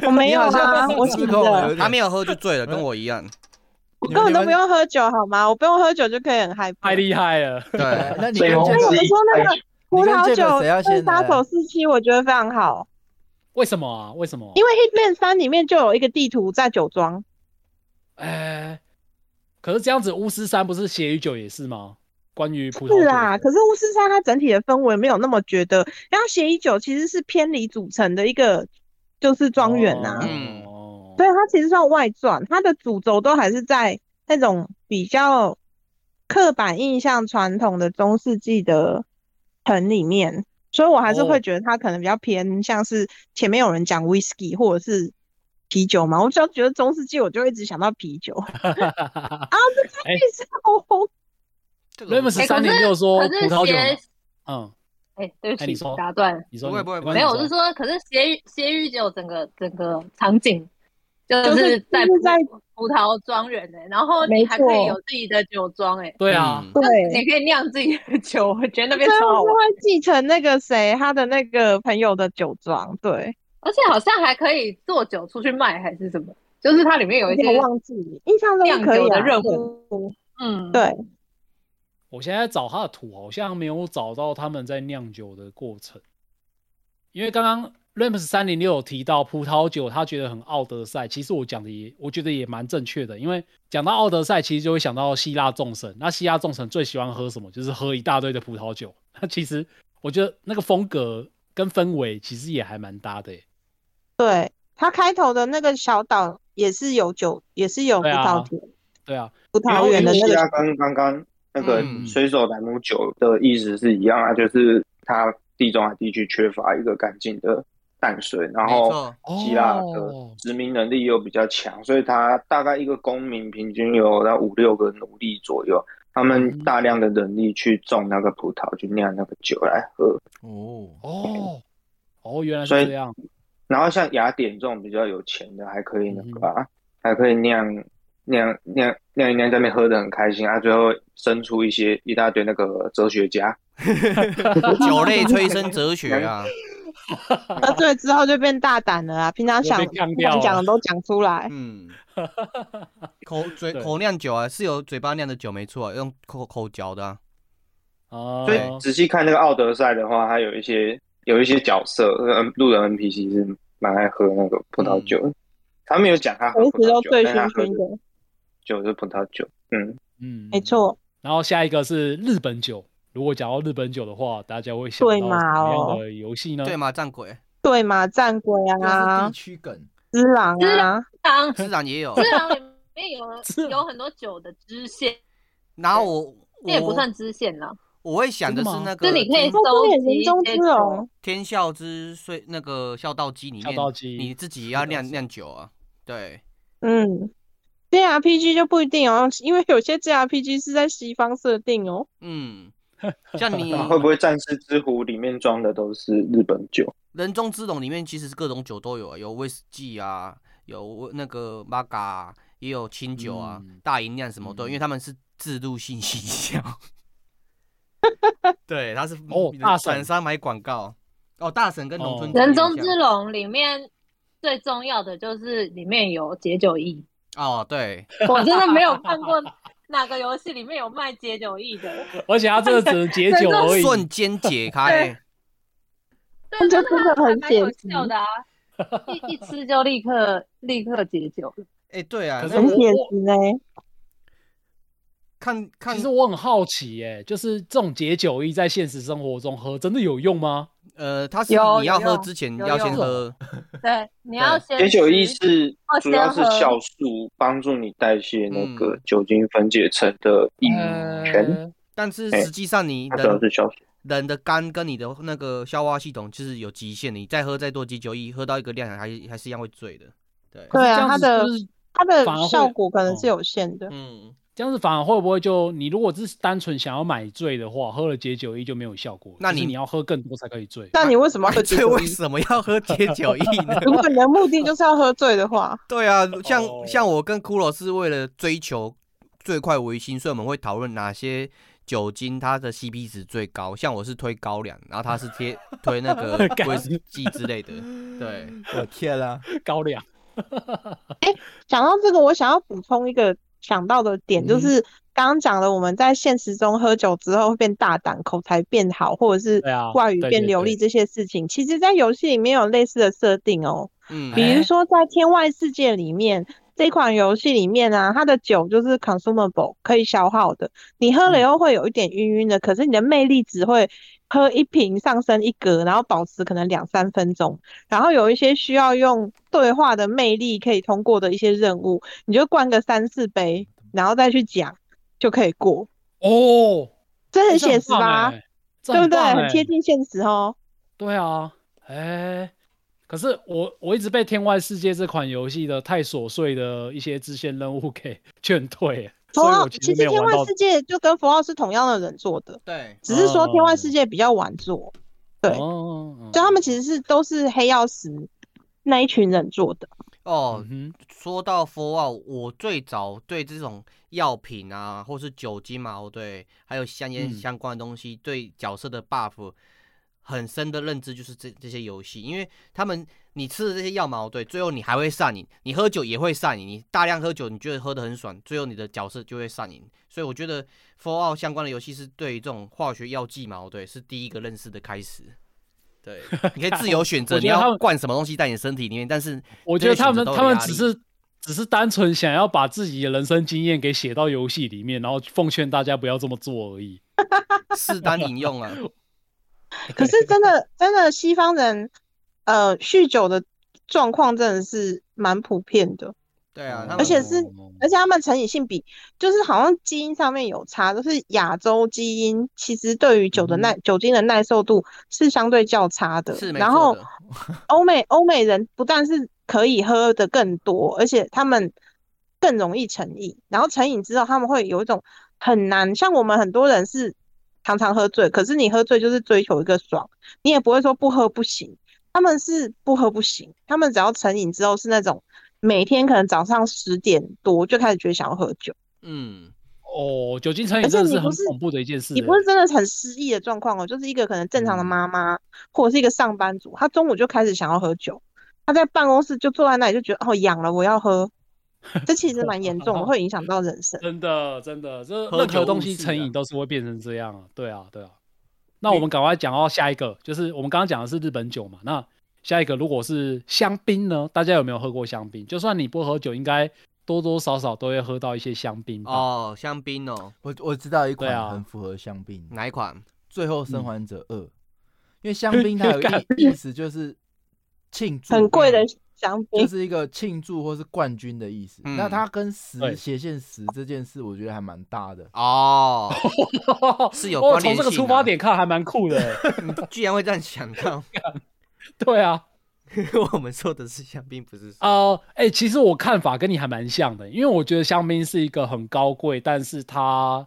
我没有
你好
啊，
像
我
是
醒
不是跟我有
着，
点
他没有喝就醉了，跟我一样。
我
你
(laughs) 根本都
们
不用喝酒好吗？我不用喝酒就可以很嗨
太
派。
厉害了！
哎
对，
那你
最
跟
后
这
我
个
们
是
说那个
哎
你
葡
跟
萄
Jack
酒
谁要
跟
先
杀
来
手四期我觉得非常好，
为什么啊？为什么？
因为 Hitman 三里面就有一个地图在酒庄，
哎，可是这样子，巫师三不是血与酒也是吗？关于葡萄酒
是
的
啊，可是巫师三它整体的氛围没有那么觉得，然后协议酒其实是偏离主城的一个就是庄园啊呐、
嗯， (laughs)
哦
对，它其实算外传，它的主轴都还是在那种比较刻板印象、传统的中世纪的城里面，所以我还是
哦
会觉得它可能比较偏向是前面有人讲 whisky 或者是啤酒嘛，我只要觉得中世纪，我就会一直想到啤酒 (laughs) 啊，这太
哎
(laughs)
烧。
这个
Raymond
哎
三零六说
可
葡
是
萄酒
协
嘛，嗯，
哎、对不
哎你
起
说，
打断，
你说
不会不会不会
没有，我
就是
说，可是邪域邪域只有整个整个场景，就
就是
是在
就是
葡
在
葡萄庄园呢，然后
没
你还可以
错
有自己的酒庄哎、
对啊，
嗯
对，
你可以酿自己的酒，我觉得那边
真的是
超好玩，
会继承那个谁他的那个朋友的酒庄，对，
而且好像还可以做酒出去卖还是什么，就是它里面有一
有点
些
忘记了，印象中
酿
可以
酒的
啊
任务，嗯，
对，对
我现在找他的图，好像没有找到他们在酿酒的过程，因为刚刚 Rams 三零六有提到葡萄酒，他觉得很奥德赛。其实我讲的也，我觉得也蛮正确的，因为讲到奥德赛，其实就会想到希腊众神。那希腊众神最喜欢喝什么？就是喝一大堆的葡萄酒。那其实我觉得那个风格跟氛围其实也还蛮搭的耶。
对，他开头的那个小岛也是有酒，也是有葡
对啊
萄酒、
对啊，
葡萄园
因
的
为
那个
他跟刚刚那个
嗯
水手莱姆酒的意思是一样啊，就是它地中海地区缺乏一个干净的淡水，然
没
后
错，
希腊的
哦
殖民能力又比较强，所以它大概一个公民平均有那五六个奴隶左右，他们
嗯
大量的人力去种那个葡萄，去酿那个酒来喝。
哦，
哦哦，原来
所
是
以
这样。
然后像雅典这种比较有钱的，还可以那个、
嗯
啊，还可以酿酿酿酿一酿，在那边喝得很开心啊，最后生出一些一大堆那个哲学家，
酒类催生哲学
(laughs)
啊，
喝醉之后就变大胆了啊！平常
就
想
被干
不
掉
敢讲
了
的都讲出来，
嗯，口嘴
对
口酿酒啊，是由嘴巴酿的酒没错啊，用口口嚼的啊，
哦，
所以仔细看那个奥德赛的话，它有一些有一些角色，呃路人 NPC 是蛮爱喝那个葡萄酒的。
嗯
他没有讲他喝
我一
葡
直
萄
都
酒，
醉
但他
醺
喝
醺
的
的，
酒是葡萄酒。嗯，
嗯，
没错。
然后下一个是日本酒。如果讲到日本酒的话，大家会想到
对
什
嘛
么样
哦
的游戏呢？
对吗？战鬼，
对嘛，战鬼
这是
啊
地，区梗，
之狼
之
啊，
当
自然也有。
自然里面
自
(laughs)
有有很多酒的支线，
然后我
那也不
我
算支线啦，
我会想
真
的
的
是
吗
那
就
个
你可
天
以收
这
集
人
一
中
些
之
酒
龙。
天笑之睡那个孝道机里
孝
面，
道机
你自
(laughs)
己要
是的
酿
是的
酿酒啊，对，
嗯，JRPG 就不一定哦，因为有些 JRPG 是在西方设定哦。
嗯，像
(laughs)
你
那会不会《战士之湖》里面装的都是日本酒？
人中之龙里面其实是各种酒都有啊，有威士忌啊，有那个玛嘎啊，也有清酒啊，
嗯
大吟酿什么的，
嗯
因为他们是制度性行销。
(laughs)
对，他是嗯
哦大神
散商买广告。哦，大神跟农村
哦
酒
人
有
中
点
之龙里面最重要的就是里面有解酒液，
像哦，对，
(laughs)
我真的没有看过哪个游戏里面有卖解酒液
(laughs)
的。
而且它这个只能解酒而已。
瞬间解
(laughs)
开，
对，
这真的很
蛮有
解
效的啊！一一吃就立
(laughs)
刻立刻解酒，
哎，对啊，
可是
那
很
我
写实呢，
看看
其实我很好奇、耶，就是这种解酒意在现实生活中喝，真的有用吗？
呃，他是
有
你要
有
喝
用
之前
有
要先
用
喝，
对，你要先
解酒意
意
是
哦
主要是
先喝
酵素帮助你代谢那个
嗯
酒精分解成的乙醛，
但是
哎
实际上你
它主要
人
是酵素。
人的肝跟你的那个消化系统就是有极限的，你再喝再多基酒一喝到一个量，还还是一样会醉的。对，
对啊，它
它
的
就是
它的
反而会
效果可能是
哦
有限的。
嗯，
这样子，反而会不会就你如果只是单纯想要买醉的话，喝了解酒意就没有效果？
那
就是
你
你要喝更多才可以醉。
那你为什么要喝
(laughs)
解
这
酒
为
液？
什么要喝解酒液呢？ (laughs)
如果你的目的就是要喝醉的话，
对啊，像
哦
像我跟骷髅是为了追求最快维新，所以我们会讨论哪些酒精它的 CP 值最高。像我是推高粱，然后他是贴推那个
(laughs)
干
威士忌之类的。对，
我天啊，
高粱，
讲到这个，我想要补充一个想到的点，就
嗯
是刚刚讲的，我们在现实中喝酒之后会变大胆，口才变好，或者是
对啊
外语
对
变
对
流
对
利这些事情，其实，在游戏里面有类似的设定哦。
嗯，
比如
哎
说在《天外世界》里面，这款游戏里面啊，它的酒就是 consumable 可以消耗的，你喝了
嗯
又会有一点晕晕的，可是你的魅力只会喝一瓶上升一格，然后保持可能两三分钟，然后有一些需要用对话的魅力可以通过的一些任务，你就灌个三四杯，然后再去讲就可以过，
哦，
这很
这
写实
棒
吧？
哎？这
对不对？
棒
很贴
哎。
近现实哦。
对啊，哎、可是我我一直被《天外世界》这款游戏的太琐碎的一些支线任务给 (laughs) 劝退，所
佛
以
奥
我
哦其
实
实
没有
天
玩
外
到
世。界就跟佛奥是同样的人做的，
对，
只是说天
哦
外世界比较晚做，对
哦，
就他们其实是都是黑曜石那一群人做的。
哦，
嗯
说到 f 奥，我最早对这种药品啊，或是酒精嘛，哦对，还有香烟
嗯
相关的东西，对角色的 buff 很深的认知就是这这些游戏，因为他们你吃的这些药嘛，哦对，最后你还会上瘾，你喝酒也会上瘾，你大量喝酒，你觉得喝得很爽，最后你的角色就会上瘾。所以我觉得 f 奥相关的游戏是对于这种化学药剂嘛，哦对，是第一个认识的开始。对，你可以自由选择
我
你
觉得他
要
们
灌什么东西在你身体里面，但是
哼，我觉得他
这些
们
选择都有
他们
压力
只是只是单纯想要把自己的人生经验给写到游戏里面，然后奉劝大家不要这么做而已。
适当饮用啊。
可是真的真的西方人，呃，酗酒的状况真的是蛮普遍的，
对
哦
啊，他
而
们
且是而且他们成瘾性比就是好像基因上面有差，就是亚洲基因其实对于酒的耐、酒精的耐受度是相对较差的，
嗯是没
然
错
后
的。
欧美欧美人不但是可以喝的更多，而且他们更容易成瘾。然后成瘾之后，他们会有一种很难，像我们很多人是常常喝醉，可是你喝醉就是追求一个爽，你也不会说不喝不行。他们是不喝不行，他们只要成瘾之后是那种每天可能早上十点多就开始觉得想要喝酒，
嗯，
哦，酒精成瘾
而且
真的
你
是
不
很
是
恐怖的一件事欸。嗯
你不是真的很失忆的状况哦，就是一个可能正常的妈妈、或者是一个上班族，她中午就开始想要喝酒，她在办公室就坐在那里就觉得哦痒了，我要喝，这其实蛮严
(laughs)
重的，会影响到人生。
真的，真的，这
喝
任
酒
何
误
东西
事
成
啊
瘾都是会变成这样啊。对啊，对啊。那我们赶快讲到下一个，就是我们刚刚讲的是日本酒嘛。那下一个如果是香槟呢？大家有没有喝过香槟？就算你不喝酒，应该多多少少都会喝到一些香槟吧。 (laughs)
哦，香槟哦，
我我知道一
对啊
款很符合香槟，
哪一款？
最后生
嗯
还者二》，因为香槟它有
干
意意思就是庆祝，
很贵
嗯
的香
就
槟，
是一个庆祝或是冠军的意思。
嗯
那它跟十
对
斜线十这件事，我觉得还蛮搭的。
哦，是有关
哦，从
联
这个
性
出
啊
发点看还蛮酷的欸。
(laughs) 你居然会这样想到，
对啊，
我们说的是香槟，不是
啊、哎、其实我看法跟你还蛮像的，因为我觉得香槟是一个很高贵，但是它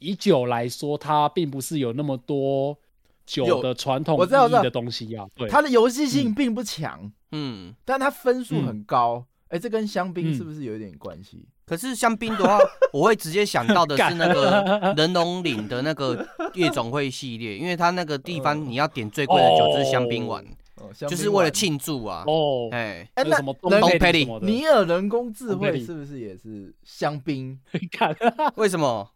以酒来说，它并不是有那么多酒
有
的传统
我知道我
意
知道
义的东西呀、啊。对，
它的游戏性并不强，
嗯，
但它分数很高。哎，这跟香槟
嗯
是不是有一点关系？
可是香槟的话，我会直接想到的是那个人龙岭的那个夜总会系列，因为它那个地
哦
方你要点最贵的酒就是香槟碗，
哦，香
就
槟
是为了
碗。
庆祝啊。
哦，
哎，
哎，
那
那
什么东
人
东
北
北
什
里
么的，
尼尔人工智
我跟
慧
你
是不是也是香槟？
看，
为什么？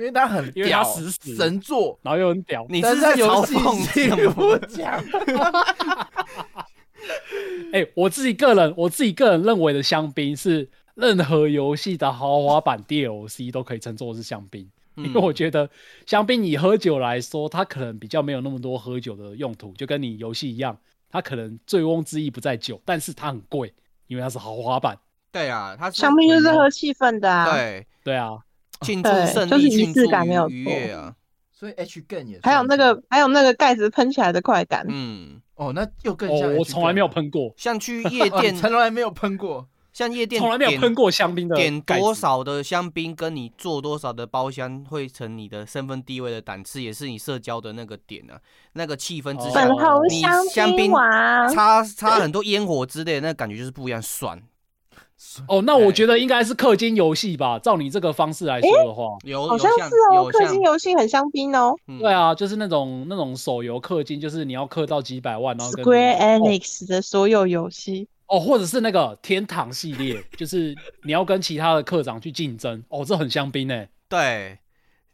因为它很
(laughs) 因为它
屌，
死死
神作。
然后又很屌，
你
但
是
是
在
它
嘲
游戏
讽
性
我
不
们？
强，
哎、我自己个人，我自己个人认为的香槟是任何游戏的豪华版 DLC 都可以称作是香槟。
嗯
因为我觉得香槟以喝酒来说，它可能比较没有那么多喝酒的用途，就跟你游戏一样，它可能醉翁之意不在酒，但是它很贵，因为它是豪华版。
对啊，它是
香槟就是喝气氛的啊。
对
对啊，
(laughs) 庆祝
对
胜
就是
利，
仪
庆
式
祝
感没有
愉愉悦
错
啊。
所以 H 更也
还有
算
那
是
个，还有那个盖子喷起来的快感，
嗯，
哦，那又更像
哦，我
H
从来没有
更
喷过，
像去
(laughs)
夜
哦
店
你，从来没有喷过，
像夜店
从来没有
点
喷过香槟的
点
盖
多
子？
少的香槟，跟你做多少的包厢，会成你的身份地位的档次，也是你社交的那个点啊，那个气氛之
哦
下，
粉红
你香
槟王，
擦擦很多烟火之类的，那感觉就是不一样，爽。
哦，那我觉得应该是氪金游戏吧。照你这个方式来说的话，
有
好
有
像
像
是哦，
有
氪
像
金，游戏很香槟哦。
嗯
对，啊，就是那种那种手游氪金，就是你要氪到几百万，然后跟
Square
哦
Enix 的所有游戏，
哦，或者是那个天堂系列，就是你要跟其他的课长去竞争。哦，这很香槟哎、
对。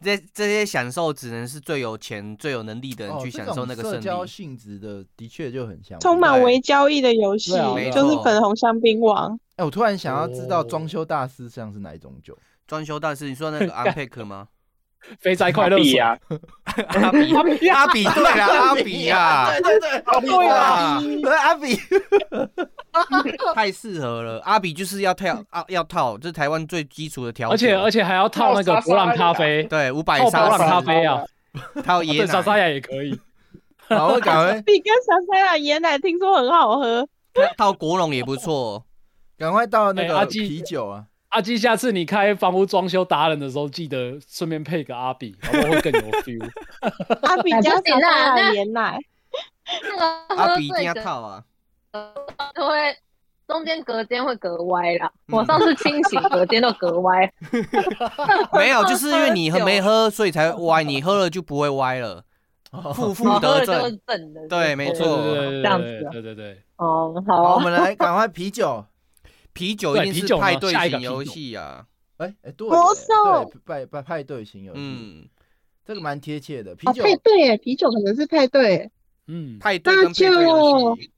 这这些享受只能是最有钱、最有能力的人
哦
去
这
享
种
受那个
社
胜
交
利。
性质的，的确就很像。
充满
对
微交易的游戏
对啊没，
就是
错
粉红香槟王。
哎，我突然想要知道装
哦
修大师像是哪一种
(laughs)
酒？
装修大师，你说那个 Unpack 吗？
肥宅快乐水
啊
呀，
阿比，阿比，对啦，阿比啊呀，
对对，阿比
对啦，
对阿比，
啊太适合了。阿比就是要套啊，要套，这是台湾最基础的调酒，
而且而且还要套那个博朗咖啡，
对五百
套博
沙
朗咖
士，
啡啊，啊
套椰
对，莎莎
奶，
雅也可以。
(laughs)
好，我赶快
比跟小塞亚椰奶听说很好喝，
套国龙也不错。
赶快到那
哎
个
阿基
啤酒啊！
阿基，下次你开房屋装修达人的时候，记得顺便配个阿
(laughs)
比，好不好？会更有 feel。
阿比
哎不
家
行
常
啦
大
那
椰奶，
那个
阿
喝
比一定
醉
要
的
套啊！
都会中间隔间会隔歪啦。
嗯
我上次清醒，隔间都隔
(laughs)
歪。
没有，就是因为你
喝酒
没喝，所以才会歪。你喝了就不会歪了，负负
我喝
得
了就
正
是。正的。
对没错
对对对
这样
对
子
对
啊。
对对对。
哦，好
好，我
啊，
们来赶快啤酒。
啤酒
对
一定
啤
是
酒
派
嘛
对
下一个
型
啤
游
酒
戏啊。
哎哎，对耶，
魔兽
对派派派对型游戏，
嗯，
这个蛮贴切的。啤
哦，
酒
配对耶，啤酒可能是配对耶，
嗯，
派对跟配对游戏。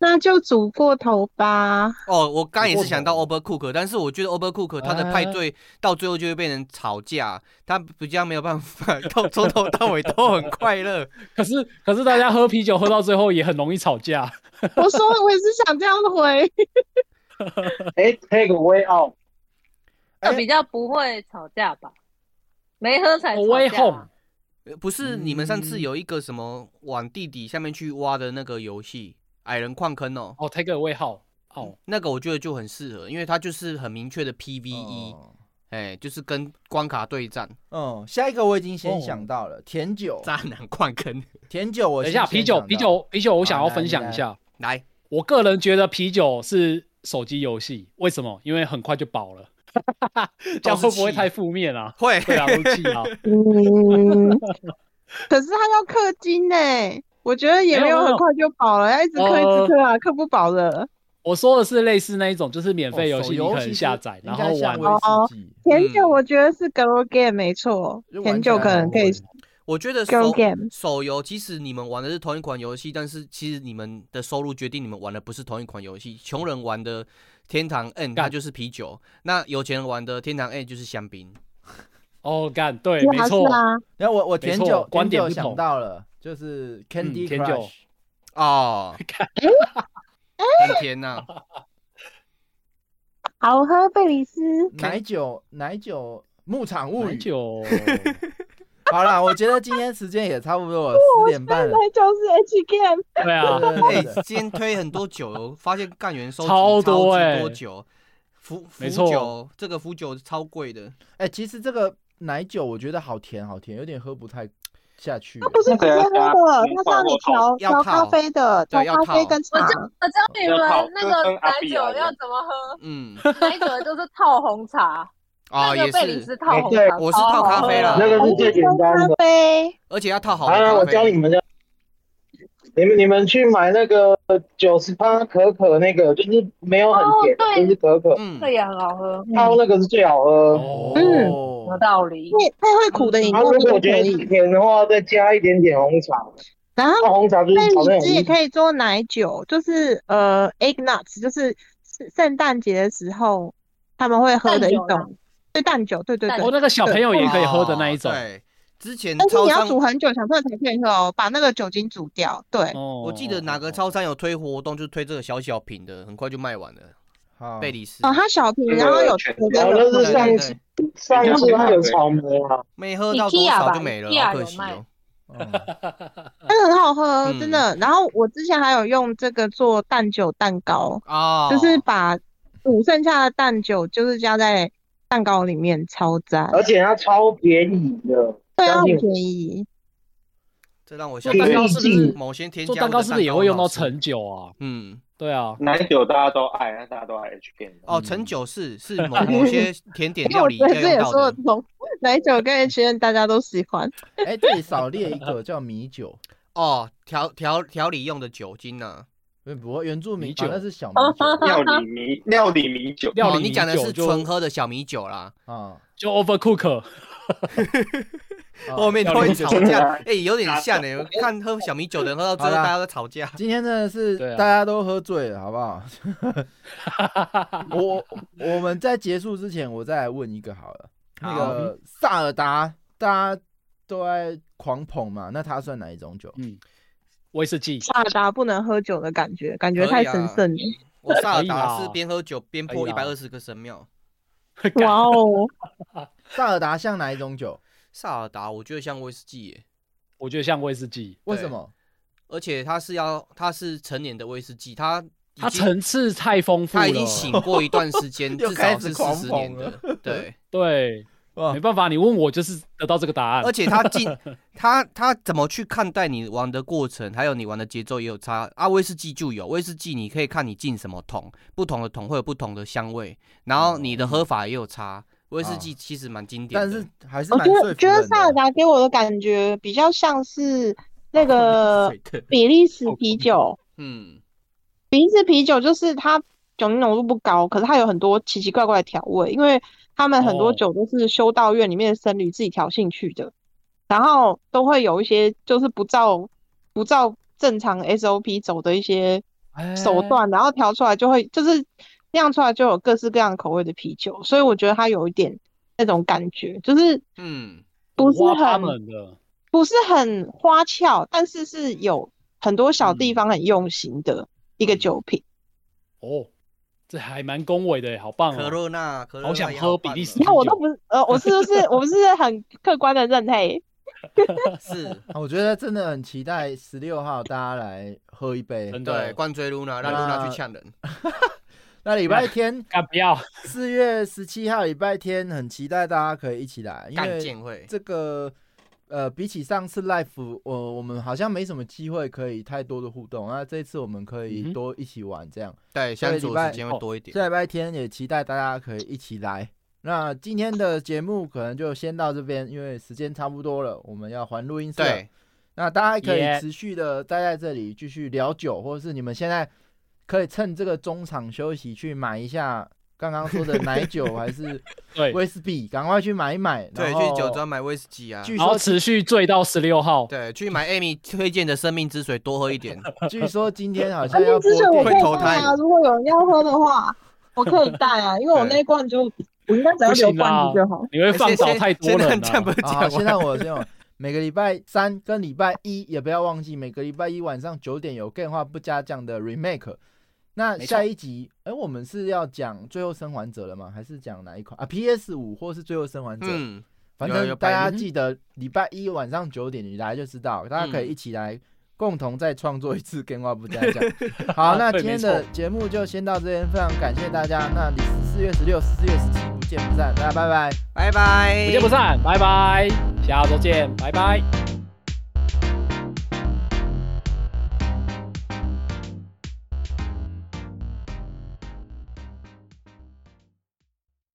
那就煮过头吧。
(laughs) 哦，我刚刚也是想到
过
Overcook，但是我觉得 Overcook 它的派对到最后就会变成吵架，它比较没有办法到从头到尾都很快乐。
可是可是大家喝啤酒喝到最后也很容易吵架。
我说我也是想这样回，
哎，take away out，
哎
就比较不会吵架吧。没喝才吵
Away
架
home
啊。
呃不是你们上次
嗯
有一个什么往地底下面去挖的那个游戏，矮人矿坑哦，
哦，take away 号哦，
嗯
那个我觉得就很适合，因为它就是很明确的 PVE，
哦
哎，就是跟关卡对战， (laughs)
嗯，下一个我已经先
哦
想到了甜酒，
渣男矿坑。
甜酒我
等一
先
下啤酒
先想到
啤酒啤酒，我想
好
要
来
分
你
享
来
一下。
来，
我个人觉得啤酒是手机游戏，为什么？因为很快就饱了，这样会不会太负面啊？ (laughs)
会
对啊，都气啊，
嗯， (laughs) 可是它要氪金呢，我觉得也
没
没
有
有
没
很
有
快就饱了，要一直氪一直氪啊，氪不饱的。
我说的是类似那一种，就是免费游
哦手
戏，你可
其
能
实
下载，
应
然
该
后
像
玩。
威士
哦
忌
甜酒
嗯
我觉得是 girl game 没错
就，玩
甜
起
酒
来
可能可以
很
我觉得
Girl
手
game
手游，即使你们玩的是同一款游戏，但是其实你们的收入决定你们玩的不是同一款游戏。穷人玩的《天堂 N》它
干
就是啤酒，那有钱人玩的《天堂 N》就是香槟。
哦，干，对，
是
没
啊是
错，
啊，
然后我我
没
甜
错
酒
观点
甜酒
不
想
同嗯
到了，就是 Candy
甜酒
Crush，
(laughs)
哦，很甜呐、
好喝贝里斯。
奶酒奶酒牧场物
奶
嗯 (laughs)
语。
酒。
(laughs) 好啦，我觉得今天时间也差不
(laughs)
多了，十点半了。
那就是 H game，
对啊，
对
哎、
对对对
今天推很多酒哦，发现干员收集
超多
级
哎
多酒，福
没
福
错
酒这个福酒超贵的，
哎，其实这个奶酒我觉得好甜好甜，有点喝不太下去。
它不是直接喝的，它是让你调
要
调
泡
咖啡的，
对
调
要
咖啡
泡
跟
我
茶。
教我教你们
要泡
那
跟
个
阿
奶
碧
酒
啊一样
要怎么喝，
(laughs)
(laughs)
嗯
奶酒就是泡红茶，
啊、
那
也
个贝里斯
是，
套红哦
对
茶，
我是套咖啡啦
了。
那个是最简单
咖
的。
啡，
而且要套好的
好了，
咖
我
啡
教你们的，你们你们去买那个九十八可可那个，就是没有很甜
哦，对
就是可可，
嗯
这，也很好喝，
嗯
泡那个是最好喝。
哦，
有
哦，
道理。
配哎配会苦的饮
然
料
后啊如果
都
觉
可
得是
以。啊
甜的话，再加一点点红茶。
然后
那红茶就是
贝
炒那
里斯也
种，
可以做奶酒，就是呃 egg nuts，就是圣圣诞节的时候他们会喝的一
蛋酒啦
种，对蛋酒，对对
蛋
对
哦，。那个小朋友也可以喝的那一种
哦。对，之前
但是
超
你要
商
煮很久，小朋友才可以喝哦，把那个酒精煮掉。对，
哦，
我记得哪个超商有推活动，就推这个小小瓶的，很快就卖完了。
好，
贝里斯
哦，它小瓶，
这个
然后有
全
那
然
个有
后哦那
对
是上
对
次
对，
上次它有草莓啊，
没喝到多
IKEA
少
吧
就没了，
，IKEA
好可
有
惜
卖
哦。
嗯 (laughs)
那个很好喝，
嗯
真的。然后我之前还有用这个做蛋酒蛋糕，
啊，
就是
哦
把煮剩下的蛋酒就是加在蛋糕里面，超赞。
而且它超便宜的，
对啊，
相
很
信
便宜。
这让我想
做
到
蛋糕
是不
是不
是
是
某些添加
做
物的
蛋糕是不是也会用到
很好吃？
陈酒啊？
嗯，
对啊，
奶酒大家都爱，但大家都爱 H 片。
嗯
哦，陈酒是是某某些甜点
啊 (laughs) 因
料
为我
理
觉得这
要
也
用
说
到
得
的。
通，奶酒跟 H N 大家都喜欢。
哎，这里少列一个叫米酒， (laughs)
哦，调调调理用的酒精啊呢？
不不，原住民
米
啊
酒
那是小米
(laughs)
料
酒
理米料理米酒，
料
哦
理
你
米
讲的
酒
是
就
纯喝的小米酒啦，
啊。
就 overcook，
啊
后面都
哦料
会
理
吵
酒
架，哎，有点像哎，看喝小米酒的人喝到最后
好啦
大家都吵架。
今天真的是
对啊
大家都喝醉了，好不
(laughs)
好？我我们在结束之前，我再来问一个好了。那个萨尔达，大家都在狂捧嘛，那它算哪一种酒？
嗯，威士忌，
萨达不能喝酒的感觉，感觉太
啊
神圣了。
我萨尔
可以
达
啦
是边喝酒边破
可
一
以
百
啦
二十个神庙。
哇哦，
萨尔达像哪一种酒？
萨尔达我觉得像威士忌耶，
我觉得像威士忌，
为什么？
而且它是要它是成年的威士忌，它已
它
经
层次太丰富了，
他已经醒过一段时间，
又
至
开
少
始
是四
狂
十
捧
年
了
的，对。
对，
哇
没办法，你问我就是得到这个答案
而。且他进他他怎么去看待你玩的过程，还有你玩的节奏也有差。啊，威士忌就有威士忌，你可以看你进什么桶，不同的桶会有不同的香味，然后你的喝法也有差。威士忌其实蛮经典的，
但是还是
我
蛮
觉
说服
得
人
觉得
的
萨尔达给我的感觉比较像是那个
水
(laughs)
啊的
比利时啤酒，
嗯，
比利时啤酒就是它酒精浓度不高，可是它有很多奇奇怪怪的调味，因为他们很
哦
多酒都是修道院里面的僧侣自己调进去的，然后都会有一些就是不照不照正常 SOP 走的一些手
哎
段，然后调出来就会就是酿出来就有各式各样口味的啤酒，所以我觉得它有一点那种感觉，就是
嗯，
不是
挖他
很
们的，
不是很花俏，但是是有很多小地
嗯
方很用心的一个酒品。
哦，这还蛮恭维的耶，好棒
可
哦！
乐那可乐
好
那
想
也啊
喝
办
比利
了
时
你看，我
啤
都
酒
不是，呃，我是不是我不是很客观的
(laughs)
认黑？
是，
啊我觉得真的很期待十六号大家来喝一杯。
真
对，
的，
灌醉露娜，让露
那
娜去呛人，
那礼拜
(laughs)
天
干不要
四月十七号礼拜天，很期待大家可以一起来，因
干
为
见会，
这个呃，比起上次 live，我、我们好像没什么机会可以太多的互动，那这次我们可
嗯哼
以多一起玩这样。
对，相
礼
处
拜哦
时间会多一点
下。礼拜天也期待大家可以一起来。那今天的节目可能就先到这边，因为时间差不多了，我们要还录音室了。
对，
那大家还可以
Yeah
持续的待在这里继续聊酒，或者是你们现在可以趁这个中场休息去买一下刚刚说的奶
(laughs)
酒还是
(laughs) 对，
威士忌，赶快去买一买。
对，
然
去
后
酒庄买威士忌啊，
据
然后
说
持续醉到十六号，
对，去买 Amy 推荐的生命之水，多喝一点。
据说今天
(laughs)
好
而
像要播
且之前我
电
可
影
以
会投
带啊，
胎
如果有人要喝的话，我可以带啊，因为我那一罐就我应该只要
不
留
行
罐
啦
子就好。，
你 (laughs) 会放倒
哎先
太多
先
人
先这样不
了。
是 (laughs) 讲
啊，
完
现在我先往每个礼拜三跟礼拜一也不要忘记，每个礼拜一晚上九点有更话不加酱的 remake。那
没错
下一集，哎、我们是要讲《最后生还者》了吗？还是讲哪一款啊？PS 五或是《最后生还者》
嗯，
反
有
正
有
大
百
家
嗯
记得礼拜一晚上九点你来就知道，大家可
嗯
以一起来共同再创作一次《更话不加
(laughs)
酱》。好，那
对
今
没
天的
错
节目就先到这边，非常感谢大家。那你四月十六、四月十七不见不散，大家拜拜。
拜拜，
不见不散，拜拜，下周见，拜拜。